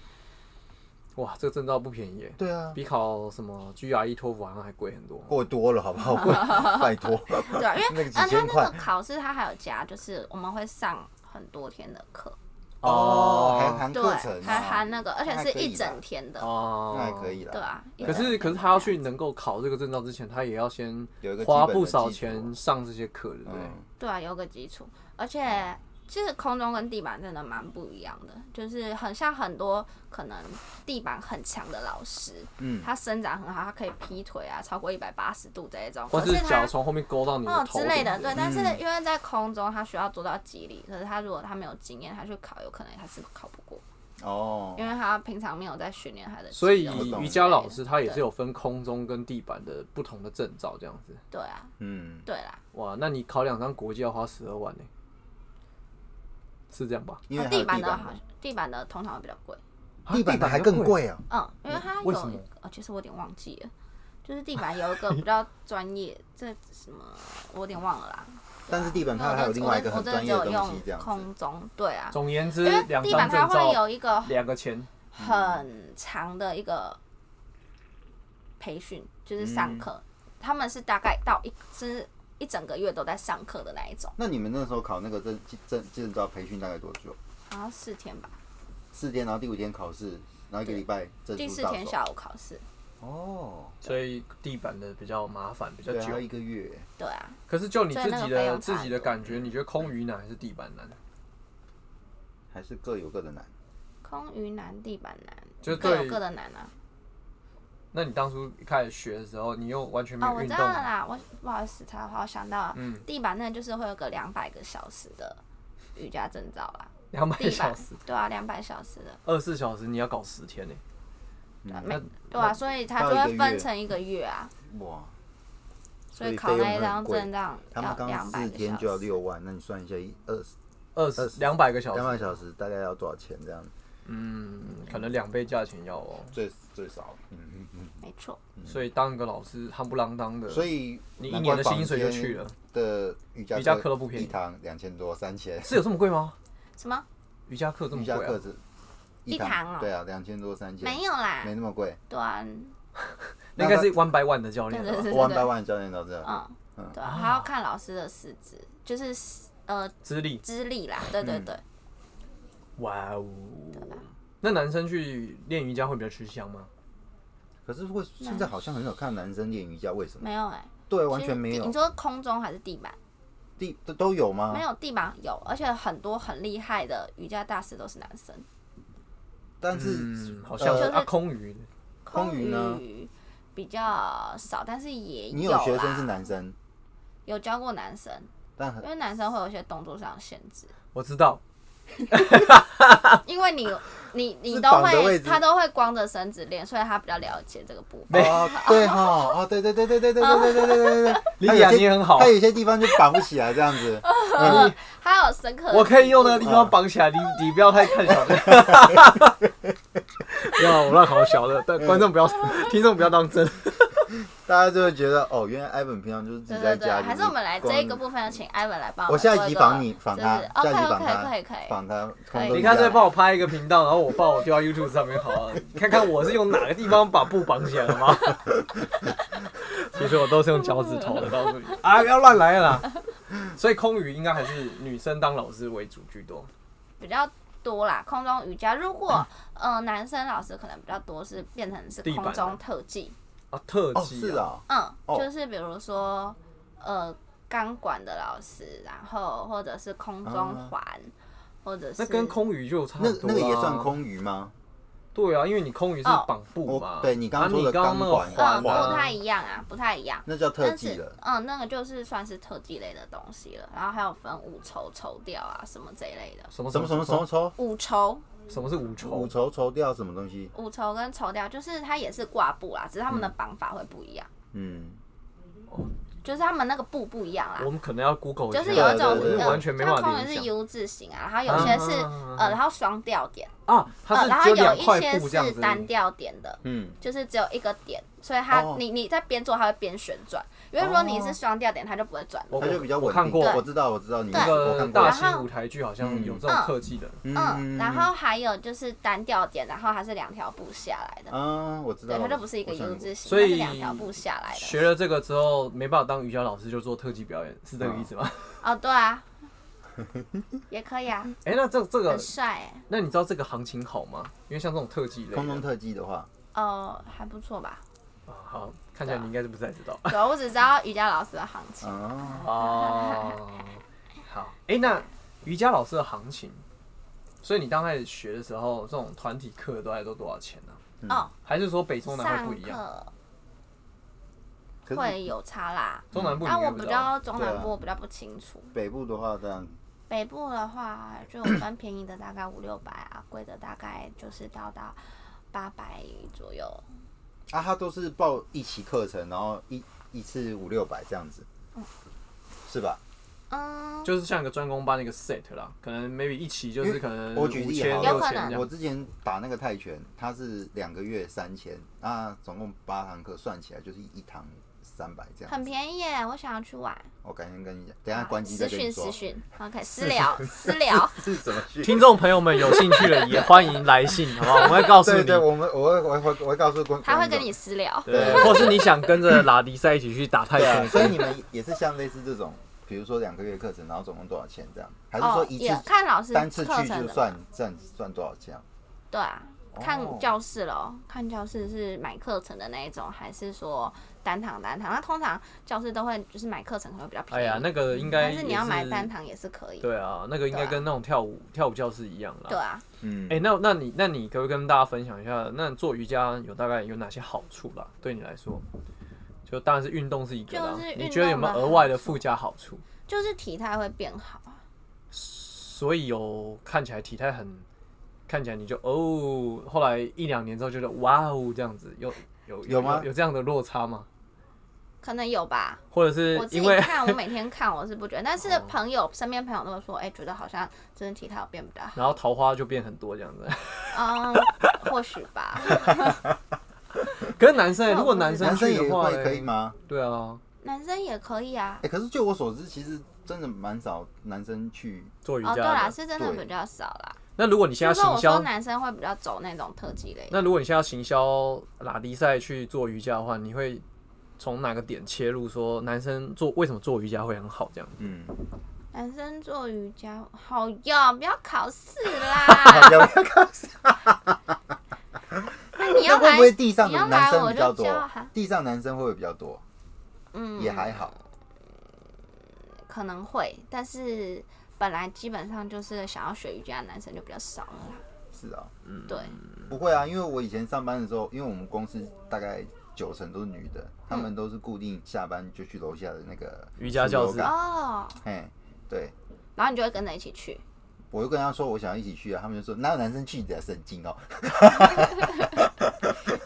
Speaker 1: 哇，这个证照不便宜耶，
Speaker 3: 对啊，
Speaker 1: 比考什么 GRE、托福好像还贵很多。
Speaker 3: 过多了好不好？ 贵，拜托，
Speaker 2: 对啊，因为
Speaker 3: 那个几
Speaker 2: 啊，他
Speaker 3: 千块
Speaker 2: 那个考试他还有加，就是我们会上很多天的课，
Speaker 3: 哦，还含课程
Speaker 2: 对，
Speaker 3: 啊，
Speaker 2: 还含那个，而且
Speaker 3: 那还
Speaker 2: 是
Speaker 3: 可以
Speaker 2: 一
Speaker 3: 啦
Speaker 2: 整天的，
Speaker 1: 哦，
Speaker 3: 那还可。以啦。
Speaker 2: 对啊。一
Speaker 1: 可
Speaker 2: 整
Speaker 1: 是
Speaker 2: 天
Speaker 1: 可是
Speaker 2: 的
Speaker 1: 他要
Speaker 2: 这样
Speaker 1: 去能够考这个证照之前，他也要先
Speaker 3: 有一个基本
Speaker 1: 花
Speaker 3: 的
Speaker 1: 不少
Speaker 3: 基础啊
Speaker 1: 钱上这些课，对不对？
Speaker 3: 嗯，
Speaker 2: 对啊，有个基础，而
Speaker 1: 嗯
Speaker 2: 且其实空中跟地板真的蛮不一样的，就是很像很多可能地板很强的老师，
Speaker 3: 嗯
Speaker 2: 他伸展很好，他可以劈腿啊，超过一百八十度这一种，
Speaker 1: 或
Speaker 2: 可是
Speaker 1: 是脚
Speaker 2: 他。
Speaker 1: 从后面勾到你的
Speaker 2: 哦
Speaker 1: 头
Speaker 2: 之类的，
Speaker 1: 顶
Speaker 2: 对，但是
Speaker 3: 嗯
Speaker 2: 因为在空中，他需要做到肌力，可是他如果他没有经验，他去考，有可能他是考不过，
Speaker 3: 哦，
Speaker 2: 因为他平常没有在训练他的肌肉。
Speaker 1: 所以
Speaker 3: 我懂
Speaker 1: 瑜伽老师他也
Speaker 2: 对
Speaker 1: 是有分空中跟地板的不同的证照这样子。
Speaker 2: 对啊，
Speaker 3: 嗯，
Speaker 2: 对啦，
Speaker 1: 哇，那你考两张国际要花十二万呢、是这样吧？
Speaker 3: 因为
Speaker 2: 哦
Speaker 3: 还有
Speaker 2: 地板的
Speaker 3: 的
Speaker 2: 好，地板的通常会比较贵，
Speaker 1: 啊
Speaker 3: 地板的还更。贵啊。
Speaker 2: 嗯，因为它有
Speaker 1: 为什么
Speaker 2: 一个，哦，其实我有点忘记了，就是地板有一个比较专业，这什么我有点忘了啦。
Speaker 3: 但是地板
Speaker 2: 因为我
Speaker 3: 它还有
Speaker 2: 真
Speaker 3: 另
Speaker 2: 哦我
Speaker 3: 外一
Speaker 2: 真
Speaker 3: 个
Speaker 2: 我
Speaker 3: 很
Speaker 2: 真的
Speaker 3: 专
Speaker 2: 只
Speaker 3: 业的
Speaker 2: 有
Speaker 3: 东西，这样
Speaker 2: 用
Speaker 3: 子。
Speaker 2: 空中，对啊，
Speaker 1: 总言之
Speaker 2: 因为，
Speaker 1: 两
Speaker 2: 地
Speaker 1: 张
Speaker 2: 板它
Speaker 1: 证
Speaker 2: 会
Speaker 1: 照
Speaker 2: 有一个
Speaker 1: 两个钱。
Speaker 2: 很长的一个培训，就是
Speaker 3: 嗯
Speaker 2: 上课，他们是大概到一是一整个月都在上课的那一种，
Speaker 3: 那你们那时候考那个证证证照培训大概多久？
Speaker 2: 好像四天吧，
Speaker 3: 四天，然后第五天考试，然后一个礼拜证
Speaker 2: 第
Speaker 3: 书
Speaker 2: 四
Speaker 3: 到
Speaker 2: 天
Speaker 3: 手
Speaker 2: 下午考试，
Speaker 3: 哦，
Speaker 1: 所以地板的比较麻烦，比较
Speaker 3: 对啊，
Speaker 1: 久
Speaker 3: 要。一个月，
Speaker 2: 对啊，
Speaker 1: 可是就你自
Speaker 2: 所以那
Speaker 1: 己
Speaker 2: 个费
Speaker 1: 的
Speaker 2: 用
Speaker 1: 自
Speaker 2: 差
Speaker 1: 己
Speaker 2: 很
Speaker 1: 的
Speaker 2: 多
Speaker 1: 感觉，你觉得空余难还是地板难？
Speaker 3: 还是各有各的难。
Speaker 2: 空余难，地板难，
Speaker 1: 就是
Speaker 2: 各
Speaker 1: 对
Speaker 2: 有各的难啊。
Speaker 1: 那你当初一开始学的时候，你又完全没
Speaker 2: 哦，
Speaker 1: 有
Speaker 2: 我
Speaker 1: 运
Speaker 2: 知道
Speaker 1: 动
Speaker 2: 了
Speaker 1: 吗，
Speaker 2: 啦，我不好意思插话，我想到了，
Speaker 1: 嗯
Speaker 2: 地板那就是会有个两百个小时的瑜伽证照 啦，
Speaker 1: 两百
Speaker 2: 地
Speaker 1: 小
Speaker 2: 板
Speaker 1: 时，
Speaker 2: 对啊，两百小时的，
Speaker 1: 二十四小时，你要搞十天呢、
Speaker 2: 对啊
Speaker 3: 嗯
Speaker 2: 每
Speaker 1: 那
Speaker 2: 对啊，所以它
Speaker 3: 到
Speaker 2: 就
Speaker 3: 一个
Speaker 2: 会
Speaker 3: 月
Speaker 2: 分成一个月啊，
Speaker 3: 哇，
Speaker 2: 所
Speaker 3: 所以
Speaker 2: 以考
Speaker 3: 费用
Speaker 2: 那一
Speaker 3: 很
Speaker 2: 张
Speaker 3: 贵
Speaker 2: 证照
Speaker 3: 他们
Speaker 2: 要
Speaker 3: 刚刚
Speaker 2: 两百
Speaker 3: 四
Speaker 2: 个
Speaker 3: 天就要
Speaker 2: 小时，
Speaker 3: 六万，那你算一下，一二十
Speaker 1: 二
Speaker 3: 二
Speaker 1: 十
Speaker 3: 十
Speaker 1: 两百个小
Speaker 3: 两
Speaker 1: 时，
Speaker 3: 百小时大概要多少钱？这样
Speaker 1: 嗯，可能两倍价钱要哦。
Speaker 3: 最最少，嗯嗯
Speaker 2: 没错，
Speaker 1: 所以当一个老师夯不啷当的，
Speaker 3: 嗯。所以
Speaker 1: 你一年的薪水就去了，
Speaker 3: 的瑜伽
Speaker 1: 瑜伽课都不便宜
Speaker 3: 一堂两千多三千，
Speaker 1: 是有这么贵吗？
Speaker 2: 什么
Speaker 1: 瑜伽课这么
Speaker 3: 瑜
Speaker 1: 贵
Speaker 3: 伽
Speaker 1: 啊
Speaker 3: 课？是
Speaker 2: 一堂哦
Speaker 3: 对啊，两千多三千，
Speaker 2: 没有啦
Speaker 3: 没，那么贵，
Speaker 2: 对啊，
Speaker 1: 那应该是 one by one 的教练
Speaker 2: 对
Speaker 1: 了吧，
Speaker 2: 对对
Speaker 3: 万八万教练到这，
Speaker 2: 嗯，
Speaker 3: 嗯
Speaker 2: 对啊，还要看老师的师资，就是呃
Speaker 1: 资历。
Speaker 2: 资历啦，对
Speaker 3: 嗯
Speaker 2: 对对，
Speaker 1: 哇哦
Speaker 2: 吧！
Speaker 1: 那男生去练瑜伽会比较吃香吗？
Speaker 3: 可是会现在好像很少看到男生练瑜伽，为什么？
Speaker 2: 没有哎，
Speaker 3: 对，啊完全
Speaker 2: 其
Speaker 3: 没
Speaker 2: 实地你
Speaker 3: 有，
Speaker 2: 说空中还是地板？
Speaker 3: 地都都有吗？
Speaker 2: 没有地板有，而且很多很厉害的瑜伽大师都是男生。
Speaker 3: 但是
Speaker 1: 嗯，好像是
Speaker 2: 呃
Speaker 1: 啊，空余的
Speaker 3: 空余呢
Speaker 2: 比较少，但是也
Speaker 3: 你
Speaker 2: 有
Speaker 3: 有学生
Speaker 2: 啦
Speaker 3: 是男生，
Speaker 2: 有教过男生，
Speaker 3: 但
Speaker 2: 因
Speaker 3: 很
Speaker 2: 为男生会有一些动作上的限制，
Speaker 1: 我知道，
Speaker 2: 因 为你你你
Speaker 3: 啊是
Speaker 2: 都
Speaker 3: 绑的位
Speaker 2: 会
Speaker 3: 置
Speaker 2: 他都会光着身子练，所以他比较了解这个部分。
Speaker 3: 哦，对哈，哦，对对对对对对对对对对对对对，
Speaker 1: 李
Speaker 3: 他有
Speaker 1: 雅
Speaker 3: 些
Speaker 1: 你也很好啊
Speaker 3: 他有些地方就绑不起来这样子，嗯
Speaker 2: 他有深刻 的，
Speaker 1: 我可以用那个地方绑起来，你你不要太看小的， 不要我乱搞小的，但观众不要，听众不要当 真。
Speaker 3: 大家就会觉得哦，原来艾本平常就是自
Speaker 2: 对
Speaker 3: 己
Speaker 2: 对
Speaker 3: 在
Speaker 2: 对，
Speaker 3: 家里，
Speaker 2: 还是我们来这一个部分，请艾文来帮
Speaker 3: 我
Speaker 2: 们
Speaker 3: 下一
Speaker 2: 做
Speaker 3: 集
Speaker 2: 个
Speaker 3: 访你访
Speaker 2: 就
Speaker 3: 他下一
Speaker 2: 是
Speaker 3: 集访
Speaker 2: OK
Speaker 3: 他
Speaker 2: OK 可以可以可以，
Speaker 3: 绑他
Speaker 2: 可
Speaker 3: 空
Speaker 2: 以
Speaker 3: 中
Speaker 1: 你看，
Speaker 3: 瑜伽
Speaker 1: 脆帮我拍一个频道，然后我放我丢到 YouTube 上面好了。你看看我是用哪个地方把布绑起来的吗？ 其实我都是用脚趾头的，告诉你啊，不要乱来啦。所以空余应该还是女生当老师为主居多。
Speaker 2: 比较多啦，空中瑜伽。如果呃男生老师可能比较多是变成是
Speaker 1: 地板
Speaker 2: 空中
Speaker 1: 的
Speaker 2: 特技，
Speaker 1: 啊，特
Speaker 3: 哦，
Speaker 1: 技、
Speaker 3: 是
Speaker 1: 啊，
Speaker 3: 啊，
Speaker 2: 嗯，
Speaker 3: 哦
Speaker 2: 就是比如说呃钢管的老师，然后或者是空中
Speaker 3: 啊
Speaker 2: 环，或者是
Speaker 1: 那跟空余就差
Speaker 3: 那
Speaker 1: 很多、啊。
Speaker 3: 那个也算？空余吗？
Speaker 1: 对啊，因为你空余是
Speaker 2: 哦
Speaker 1: 绑布嘛。
Speaker 3: 我对你刚刚
Speaker 1: 啊
Speaker 3: 说的
Speaker 1: 你刚刚那个
Speaker 3: 钢管
Speaker 2: 嗯
Speaker 1: 环、啊，
Speaker 2: 不太一样啊，不太一样。
Speaker 3: 那叫特
Speaker 2: 但
Speaker 3: 技
Speaker 2: 是
Speaker 3: 了，
Speaker 2: 嗯，那个就是算是特技类的东西了，然后还有分五筹、筹调啊什么这一类的。
Speaker 1: 什么
Speaker 3: 什么什么什么抽
Speaker 2: 五筹，
Speaker 1: 什么是五筹
Speaker 3: 五？筹抽掉什么东西？
Speaker 2: 五筹跟筹调就是它也是挂布啊啦，只是他们的绑法会不一样，
Speaker 3: 嗯，
Speaker 2: 就是他们那个布不一样啦。
Speaker 1: 我们可能要 Google 一下，
Speaker 2: 就是有一种
Speaker 3: 对对对
Speaker 2: 呃
Speaker 1: 完全没办
Speaker 2: 像
Speaker 1: 法
Speaker 2: 空
Speaker 1: 联
Speaker 2: 是
Speaker 1: 想
Speaker 2: U 字形啊，然后有些是
Speaker 1: 啊啊啊啊
Speaker 2: 呃，然后双吊点，
Speaker 1: 啊，它
Speaker 2: 呃，
Speaker 1: 是
Speaker 2: 然
Speaker 1: 只
Speaker 2: 后
Speaker 1: 有两
Speaker 2: 一
Speaker 1: 块
Speaker 2: 些
Speaker 1: 布这样
Speaker 2: 是
Speaker 1: 子。
Speaker 2: 单吊点的，
Speaker 3: 嗯，
Speaker 2: 就是只有一个点，所以它
Speaker 3: 哦
Speaker 2: 你你在边做它会边旋转，因为如果你
Speaker 1: 哦
Speaker 2: 是双吊点，它就不会转。
Speaker 1: 我
Speaker 3: 它就比较
Speaker 1: 我
Speaker 3: 稳
Speaker 1: 看
Speaker 3: 定。
Speaker 1: 过
Speaker 3: 我知道我知道你
Speaker 1: 那
Speaker 3: 那我
Speaker 1: 个
Speaker 3: 看
Speaker 1: 大
Speaker 3: 过，
Speaker 1: 型舞台剧好像有这种特技的，
Speaker 2: 嗯，然后还有就是单吊点，然后它是两条布下来的，
Speaker 3: 啊，我知道
Speaker 2: 对，
Speaker 3: 了，
Speaker 2: 它就不是一个
Speaker 3: 我想
Speaker 2: U 字
Speaker 1: 哦
Speaker 2: 形，
Speaker 1: 所以
Speaker 2: 它是两条布下来
Speaker 1: 学
Speaker 2: 的。
Speaker 1: 了这个之后没办法当瑜伽老师，就做特技表演，是这个意思吗？
Speaker 2: 哦，对啊，也可以啊，
Speaker 1: 哎、那这这个
Speaker 2: 很，帅欸，
Speaker 1: 那你知道这个行情好吗？因为像这种特技类的，
Speaker 3: 空中特技的话，
Speaker 2: 哦，还不错吧？
Speaker 1: 啊好，看起来你应该是不太知 道
Speaker 2: 对啊，我只知道瑜伽老师的行情。
Speaker 3: 啊，
Speaker 1: 哦。好， 哎、那瑜伽老师的行情，所以你刚开始学的时候，这种团体课大概都多少钱呢、
Speaker 2: 哦，
Speaker 1: 还是说北中南
Speaker 2: 上
Speaker 1: 嗯会不一样？
Speaker 2: 课
Speaker 3: 可是
Speaker 2: 会有差啦。
Speaker 1: 中南部你
Speaker 2: 但
Speaker 1: 应该
Speaker 2: 我
Speaker 1: 不
Speaker 2: 比
Speaker 1: 知道。
Speaker 2: 较中南
Speaker 3: 对啊
Speaker 2: 部我比较不清楚，
Speaker 3: 北部的话这样，
Speaker 2: 北部的话 就有分便宜的大概五六百啊，贵的大概就是到到八百左右。
Speaker 3: 啊，他都是报一期课程，然后一一次五六百这样子，是吧？
Speaker 2: 嗯，
Speaker 1: 就是像一个专攻班的一个 set 啦，可能 maybe 一期就是可能
Speaker 3: 我
Speaker 1: 五
Speaker 3: 举
Speaker 1: 千
Speaker 3: 例
Speaker 1: 六千这
Speaker 3: 好了
Speaker 2: 有可能
Speaker 1: 样。
Speaker 3: 我之前打那个泰拳，它是两个月三千，那总共八堂课算起来就是一堂三百这样。哦
Speaker 2: 很便宜耶，我想要去玩。
Speaker 3: 我改天跟你讲，等一下
Speaker 2: 好
Speaker 3: 关机再
Speaker 2: 私
Speaker 3: 跟你
Speaker 2: 讯
Speaker 3: 说
Speaker 2: 私。啊讯，OK，私 聊私聊。
Speaker 3: 是怎么去？
Speaker 1: 听众朋友们有兴趣的也欢迎来信， 好不好？我们会告诉
Speaker 3: 对
Speaker 1: 你，
Speaker 3: 对，我们我会我会我会告诉观，
Speaker 2: 他会跟
Speaker 3: 观众
Speaker 2: 你私聊，
Speaker 1: 对，或是你想跟着拉迪赛一起去打泰
Speaker 3: 对啊，
Speaker 1: 拳，
Speaker 3: 所以你们也是像类似这种，比如说两个月课程，然后总共多少钱这样？还是说
Speaker 2: 哦，
Speaker 3: 一
Speaker 2: 也
Speaker 3: 次
Speaker 2: 看老师
Speaker 3: 单次
Speaker 2: 课
Speaker 3: 去就
Speaker 2: 程的嘛
Speaker 3: 算算算多少钱啊？
Speaker 2: 对啊，看
Speaker 3: 哦
Speaker 2: 教室咯，看教室是买课程的那一种，还是说单堂单堂？那通常教室都会就是买课程可能会比较便
Speaker 1: 哎
Speaker 2: 宜，
Speaker 1: 呀，那个应该
Speaker 2: 但
Speaker 1: 也
Speaker 2: 是你要买单堂也是可以。
Speaker 1: 对啊，那个应该
Speaker 2: 对啊
Speaker 1: 跟那种跳舞跳舞教室一样啦。
Speaker 2: 对啊，
Speaker 3: 嗯，
Speaker 1: 哎、那那你那你可不可以跟大家分享一下，那做瑜伽有大概有哪些好处啦？对你来说，就当然是运动是一个啦，
Speaker 2: 就是运
Speaker 1: 你觉得有没有额外的附加好处？
Speaker 2: 就是体态会变好啊。
Speaker 1: 所以有看起来体态很，看起来你就哦，后来一两年之后觉得哇哦这样子，有有
Speaker 3: 有吗
Speaker 1: 有这样的落差吗？
Speaker 2: 可能有吧，
Speaker 1: 或者是
Speaker 2: 我自
Speaker 1: 因
Speaker 2: 己
Speaker 1: 为
Speaker 2: 看，我每天看我是不觉得，但是
Speaker 1: 哦
Speaker 2: 朋友身边朋友都会说，哎、觉得好像真的体态有变比较好，
Speaker 1: 然后桃花就变很多这样子？
Speaker 2: 嗯，或许吧，
Speaker 1: 可是男生、
Speaker 2: 啊这我
Speaker 1: 如果
Speaker 2: 不知
Speaker 1: 男生
Speaker 3: 男生
Speaker 1: 去
Speaker 3: 也
Speaker 1: 的话
Speaker 3: 会
Speaker 1: 嘞，
Speaker 3: 可以吗？
Speaker 1: 对啊，
Speaker 2: 男生也可以啊
Speaker 3: 哎、。可是就我所知，其实真的蛮少男生去，
Speaker 1: 做瑜
Speaker 2: 哦，
Speaker 1: 伽
Speaker 2: 对
Speaker 1: 的。
Speaker 2: 啦，是真的
Speaker 3: 对
Speaker 2: 比较少啦。
Speaker 1: 那如果你现在
Speaker 2: 就是
Speaker 1: 行
Speaker 2: 我说
Speaker 1: 销
Speaker 2: 男生会比较走那种特技类，
Speaker 1: 那如果你现在要行销拉迪赛去做瑜伽的话，你会从哪个点切入？说男生做为什么做瑜伽会很好？这样
Speaker 3: 嗯，。
Speaker 2: 男生做瑜伽，好呀，不要考试啦
Speaker 3: 要不要看？
Speaker 2: 那你要
Speaker 3: 那会
Speaker 2: 来
Speaker 3: 不，会地上
Speaker 2: 你要
Speaker 3: 的
Speaker 2: 来
Speaker 3: 男生
Speaker 2: 我
Speaker 3: 比较
Speaker 2: 就
Speaker 3: 多
Speaker 2: 教哈？，
Speaker 3: 地上男生会不会比较多？
Speaker 2: 嗯，
Speaker 3: 也还好，
Speaker 2: 可能会，但是本来基本上就是想要学瑜伽的男生就比较少了啦。
Speaker 3: 是
Speaker 2: 嗯
Speaker 3: 啊，
Speaker 2: 对，
Speaker 3: 不会啊，因为我以前上班的时候，因为我们公司大概九成都是女的，她们都是固定下班就去楼下的那个
Speaker 1: 瑜伽教室
Speaker 3: 自由港
Speaker 2: 哦，
Speaker 3: 嘿，对，
Speaker 2: 然后你就会跟着一起去。
Speaker 3: 我就跟她说我想要一起去啊，他们就说哪有男生去的神经哦。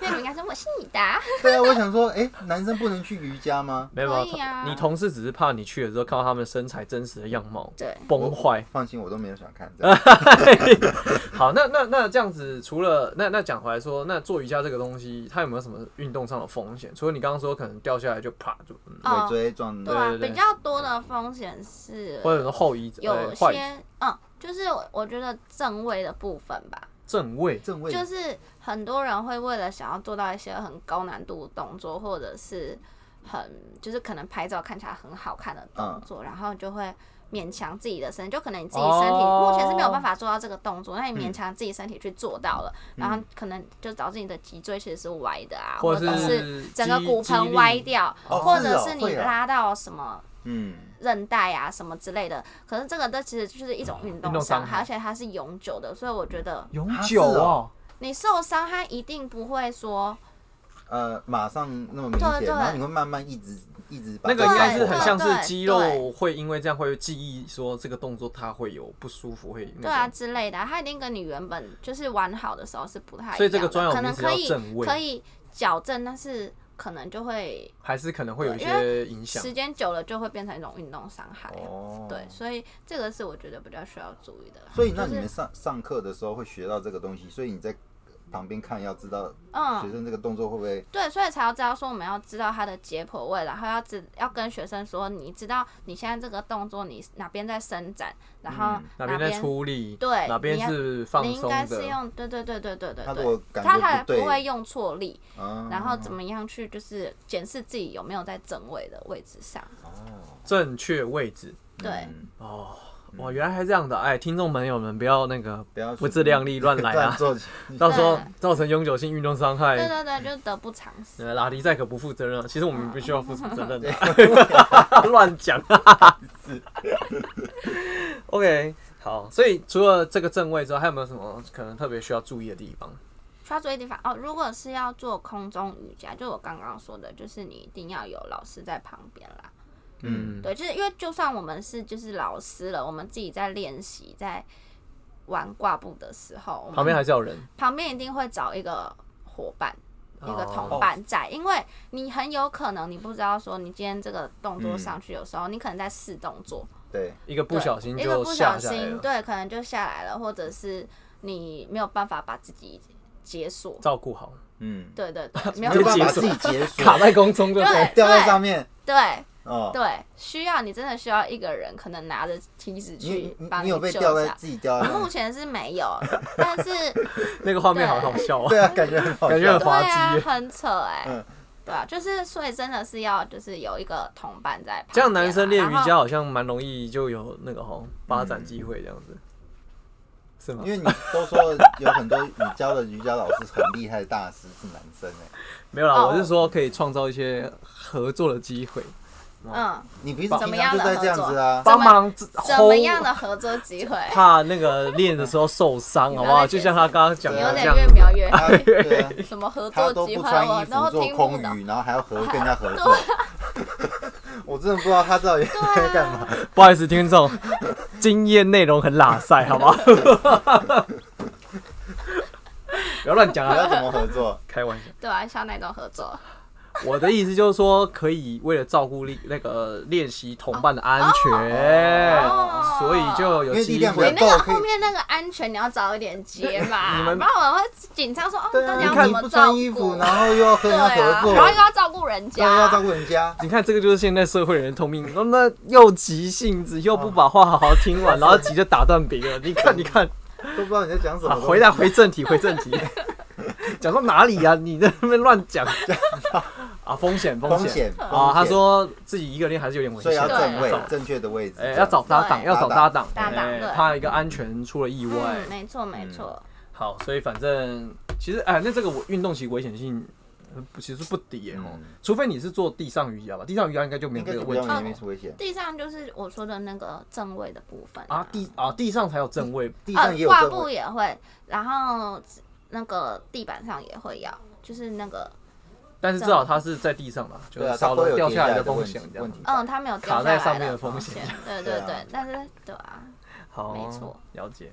Speaker 2: 那你应该说我是你的啊，
Speaker 3: 对啊，我想说，哎、男生不能去瑜伽吗？
Speaker 1: 没有
Speaker 2: 可
Speaker 1: 啊
Speaker 2: 以啊
Speaker 1: 你同事只是怕你去了之后看到他们身材真实的样貌
Speaker 2: 对，
Speaker 1: 崩坏。
Speaker 3: 放心，我都没有想看这样。
Speaker 1: 好，那那那这样子，除了那那讲回来说，那做瑜伽这个东西，它有没有什么运动上的风险？除了你刚刚说可能掉下来就啪就，嗯
Speaker 3: 尾
Speaker 2: 哦，
Speaker 3: 椎撞
Speaker 2: 对
Speaker 3: 的，
Speaker 2: 啊
Speaker 1: 对，对对
Speaker 2: 比较多的风险是
Speaker 1: 或者说后遗
Speaker 2: 有
Speaker 1: 呃坏
Speaker 2: 些，嗯，就是我我觉得正位的部分吧，
Speaker 1: 正位
Speaker 3: 正位
Speaker 2: 就是很多人会为了想要做到一些很高难度的动作，或者是很就是可能拍照看起来很好看
Speaker 1: 嗯
Speaker 2: 的动作，然后就会勉强自己的身体，就可能你自己身体、
Speaker 1: 哦嗯
Speaker 2: 目前是没有办法做到这个动作，那你勉强自己身体去做到了，然后可能就导致你的脊椎其实是歪的啊，
Speaker 1: 或
Speaker 2: 或
Speaker 1: 者
Speaker 2: 者
Speaker 1: 是
Speaker 2: 是整个
Speaker 1: 肌
Speaker 2: 骨
Speaker 1: 肌
Speaker 2: 盆
Speaker 1: 力
Speaker 2: 歪掉，
Speaker 3: 哦
Speaker 2: 或
Speaker 3: 是
Speaker 2: 者
Speaker 3: 哦
Speaker 2: 是你
Speaker 3: 会哦
Speaker 2: 拉到什么。
Speaker 3: 嗯，
Speaker 2: 韧带啊什么之类的，可是这个这其实就是一种运
Speaker 1: 嗯运
Speaker 2: 动
Speaker 1: 动伤
Speaker 2: 伤
Speaker 1: 害
Speaker 2: 害，而且它是永久的，所以我觉得
Speaker 1: 永
Speaker 3: 啊
Speaker 1: 久
Speaker 3: 是
Speaker 1: 哦
Speaker 3: 哦，
Speaker 2: 你受伤它一定不会说
Speaker 1: 嗯
Speaker 3: 呃，马上那么明
Speaker 2: 对
Speaker 3: 显，
Speaker 2: 对
Speaker 3: 然后你会慢慢一直一直把
Speaker 1: 那个应该是
Speaker 2: 对
Speaker 1: 很像
Speaker 2: 对
Speaker 1: 是
Speaker 2: 对
Speaker 1: 肌肉会因为这样会记忆说这个动作它会有不舒服，会那
Speaker 2: 对啊
Speaker 1: 种
Speaker 2: 之类的啊，它一定跟你原本就是玩好的时候是不太一样的，
Speaker 1: 所以这个专有
Speaker 2: 可
Speaker 1: 名
Speaker 2: 能
Speaker 1: 词
Speaker 2: 可
Speaker 1: 叫
Speaker 2: 以
Speaker 1: 正位
Speaker 2: 可以矫正，但是可能就会
Speaker 1: 还是可能会有一
Speaker 2: 对因
Speaker 1: 些影响
Speaker 2: 时。间久了就会变成一种运动伤害啊、
Speaker 3: 哦，
Speaker 2: 对，所以这个是我觉得比较需要注意的啦。
Speaker 3: 所以那你
Speaker 2: 就是
Speaker 3: 们上上课的时候会学到这个东西，所以你在旁边看要知道学
Speaker 2: 嗯，
Speaker 3: 生这个动作会不会
Speaker 2: 对，所以才要知道说我们要知道他的解剖位，然后要知要跟学生说，你知道你现在这个动作你哪边在伸展，然后
Speaker 3: 嗯
Speaker 1: 哪
Speaker 2: 边
Speaker 1: 边在出力，
Speaker 2: 对
Speaker 1: 哪边
Speaker 2: 你要
Speaker 1: 是放
Speaker 2: 你应
Speaker 1: 松
Speaker 2: 该是
Speaker 1: 的，
Speaker 2: 用对对对对对对
Speaker 3: 他如
Speaker 2: 对
Speaker 3: 果，感
Speaker 2: 他
Speaker 3: 觉
Speaker 2: 还
Speaker 3: 不对
Speaker 2: 不会用错力，
Speaker 3: 嗯
Speaker 2: 然后怎么样去就是检视自己有没有在正位的位置上。
Speaker 1: 正确位置。
Speaker 2: 对，
Speaker 3: 哦嗯
Speaker 1: 哦，哇，原来还这样的，哎，听众朋友们不要那个
Speaker 3: 不要
Speaker 1: 不自量力乱来
Speaker 3: 这样
Speaker 1: 啊，
Speaker 3: 做起，
Speaker 1: 到时候
Speaker 2: 对
Speaker 1: 造成永久性运动伤
Speaker 2: 对
Speaker 1: 害。
Speaker 2: 对对，就是得不偿失。
Speaker 1: 呃，拉迪赛可不负责任啊，其实我
Speaker 2: 嗯
Speaker 1: 们必须要负责任的， 乱 讲。OK，好，所以除了这个正位之外，还有没有什么可能特别需要注意的地方？
Speaker 2: 需要注意的地方哦，如果是要做空中瑜伽，就我刚刚说的，就是你一定要有老师在旁边啦。
Speaker 1: 嗯，
Speaker 2: 对，就是因为就算我们是就是老师了，我们自己在练习在玩挂步的时候，我们
Speaker 1: 旁边还是有人，
Speaker 2: 旁边一定会找一个伙伴。一个同
Speaker 1: 哦
Speaker 2: 伴在，因为你很有可能你不知道说你今天这个动作上去，有时候你可能在试动作，
Speaker 3: 对，
Speaker 1: 一个嗯不
Speaker 2: 对
Speaker 1: 小心
Speaker 2: 一个
Speaker 1: 就
Speaker 2: 不
Speaker 1: 下
Speaker 2: 小
Speaker 1: 下来
Speaker 2: 心，
Speaker 1: 了，
Speaker 2: 对，可能就下来了，或者是你没有办法把自己解锁，
Speaker 1: 照顾好，
Speaker 3: 嗯，
Speaker 2: 对对对， 没有
Speaker 3: 没
Speaker 1: 就
Speaker 3: 有
Speaker 2: 办
Speaker 3: 办
Speaker 1: 解
Speaker 3: 法
Speaker 2: 法，
Speaker 1: 锁
Speaker 3: 自己解锁
Speaker 1: 卡，在空中就
Speaker 2: 对
Speaker 1: 对。
Speaker 3: 掉在上面
Speaker 2: 对
Speaker 3: 哦。
Speaker 2: 对，需要你真的需要一个人，可能拿着梯子
Speaker 3: 你
Speaker 2: 去
Speaker 3: 你
Speaker 2: 帮
Speaker 3: 你有被
Speaker 2: 救
Speaker 3: 掉
Speaker 2: 一
Speaker 3: 在
Speaker 2: 下。
Speaker 3: 自己掉在上
Speaker 2: 目
Speaker 3: 面，
Speaker 2: 前是没有，但 是
Speaker 1: 那个画面好好笑啊！
Speaker 3: 对啊， 感觉很好
Speaker 1: 感觉
Speaker 3: 笑
Speaker 1: 很
Speaker 2: 对
Speaker 1: 滑
Speaker 2: 啊
Speaker 1: 稽，
Speaker 2: 很扯哎、
Speaker 3: 嗯
Speaker 2: 对啊，就是所以真的是要就是有一个同伴在旁 边啊，
Speaker 1: 这样男生练瑜
Speaker 2: 然后嗯
Speaker 1: 伽好像蛮容易就有那个哈发展机会这样子。是吗
Speaker 3: 因？为你都说有很多你教的瑜伽老师很厉害的大师是男生哎、
Speaker 1: 没有啦，
Speaker 2: 哦
Speaker 1: 我是说可以创造一些合作的机会，哦
Speaker 2: 嗯，
Speaker 3: 你平时
Speaker 2: 怎
Speaker 3: 平
Speaker 2: 么
Speaker 3: 常
Speaker 2: 样
Speaker 3: 就
Speaker 2: 的
Speaker 3: 在这样
Speaker 2: 合作
Speaker 3: 子 啊，
Speaker 1: 帮忙
Speaker 2: 怎么样的合作机会？
Speaker 1: 怕那个练的时候受伤，
Speaker 2: 你
Speaker 1: 好
Speaker 2: 不要
Speaker 1: 不好？
Speaker 2: 再解
Speaker 1: 就
Speaker 2: 释
Speaker 1: 像他刚刚讲
Speaker 2: 你
Speaker 1: 的
Speaker 2: 有
Speaker 1: 这
Speaker 2: 点
Speaker 1: 样，
Speaker 2: 越描越
Speaker 3: 他对啊，
Speaker 2: 什么合
Speaker 3: 他
Speaker 2: 作
Speaker 3: 都
Speaker 2: 机
Speaker 3: 不
Speaker 2: 会，
Speaker 3: 穿
Speaker 2: 我
Speaker 3: 衣
Speaker 2: 都
Speaker 3: 服做
Speaker 2: 听不啊
Speaker 3: 空
Speaker 2: 懂。
Speaker 3: 余，然后还要和跟人家 合作， 我真的不知道他到底
Speaker 2: 啊
Speaker 3: 在干嘛。
Speaker 1: 不好意思，听众，经验内容很拉塞，好吗？不要乱讲
Speaker 3: 你要
Speaker 1: 啊！
Speaker 3: 怎么合作？
Speaker 1: 开玩笑，
Speaker 2: 对啊，像那种合 作，
Speaker 1: 我的意思就是说，可以为了照顾力那个练习同伴的安全，
Speaker 2: 哦
Speaker 1: 所以就有
Speaker 3: 因为力
Speaker 1: 机
Speaker 3: 量比
Speaker 2: 你
Speaker 1: 会
Speaker 3: 较。
Speaker 2: 那个
Speaker 3: 够啊可以
Speaker 2: 后面那个安全你要早一点接吧，
Speaker 1: 你
Speaker 2: 不
Speaker 1: 们
Speaker 2: 然我会紧张说哦，
Speaker 3: 对
Speaker 2: 到
Speaker 3: 啊，
Speaker 2: 底
Speaker 3: 你
Speaker 2: 要
Speaker 3: 看
Speaker 2: 怎
Speaker 3: 你
Speaker 2: 么
Speaker 3: 不
Speaker 2: 照
Speaker 3: 穿衣
Speaker 2: 顾
Speaker 3: 服，？然后又要跟人家
Speaker 2: 对
Speaker 3: 合
Speaker 2: 啊，
Speaker 3: 作，
Speaker 2: 然后又要照顾人
Speaker 3: 对啊，要照
Speaker 2: 家，
Speaker 3: 顾人家。
Speaker 1: 你看，这个就是现在社会人的通病。那那又急性子，又不把话好好听 完，然后急着打断别人。你看，你看，
Speaker 3: 都不知道你在讲什
Speaker 1: 啊、
Speaker 3: 么。
Speaker 1: 回答回正题，回正题。 讲到哪里呀、啊你在那边乱讲。 啊，风险，风
Speaker 3: 风
Speaker 1: 险
Speaker 3: 险
Speaker 1: 啊！他，
Speaker 3: 风
Speaker 1: 说自己一个人还是有点危
Speaker 3: 险所以要
Speaker 1: 险，
Speaker 2: 对
Speaker 3: 正位
Speaker 1: 要找，
Speaker 3: 正确的位置。
Speaker 1: 哎，要找搭档，
Speaker 2: 对
Speaker 1: 要找搭档，
Speaker 2: 搭档
Speaker 1: 哎
Speaker 2: 对
Speaker 1: 怕一个安全出了意外
Speaker 2: 嗯，。没错没错，
Speaker 1: 好，所以反正其实哎，那这个我运动其实危险性呃不其实不低耶哦
Speaker 3: 嗯，
Speaker 1: 除非你是做地上瑜伽吧，地上瑜伽应该就没
Speaker 3: 应
Speaker 1: 有
Speaker 3: 该
Speaker 1: 这个
Speaker 3: 就不
Speaker 1: 问
Speaker 3: 用
Speaker 1: 题
Speaker 3: 里
Speaker 1: 哦
Speaker 3: 面是危险，
Speaker 2: 地上就是我说的那个正位的部分
Speaker 1: 啊。地啊地上才有正位，
Speaker 3: 地
Speaker 2: 呃
Speaker 3: 上也有
Speaker 2: 挂
Speaker 3: 正
Speaker 2: 布
Speaker 3: 位，
Speaker 2: 也会，然后那个地板上也会要，就是那个
Speaker 1: 但是至少它是在地上嘛，就
Speaker 3: 对啊
Speaker 1: 是少
Speaker 3: 它不
Speaker 1: 了
Speaker 3: 会有
Speaker 1: 掉下来
Speaker 3: 跌下来的
Speaker 1: 风
Speaker 3: 问
Speaker 1: 险
Speaker 3: 题
Speaker 1: 这样
Speaker 3: 问
Speaker 1: 子
Speaker 3: 题。
Speaker 2: 嗯，它没有掉
Speaker 1: 卡
Speaker 2: 下
Speaker 1: 在
Speaker 2: 来
Speaker 1: 上面的
Speaker 2: 的
Speaker 1: 风
Speaker 2: 险
Speaker 1: 险，
Speaker 3: 对
Speaker 2: 对对
Speaker 3: 啊
Speaker 2: 对，但是对啊，
Speaker 1: 好，
Speaker 2: 没错，
Speaker 1: 了解。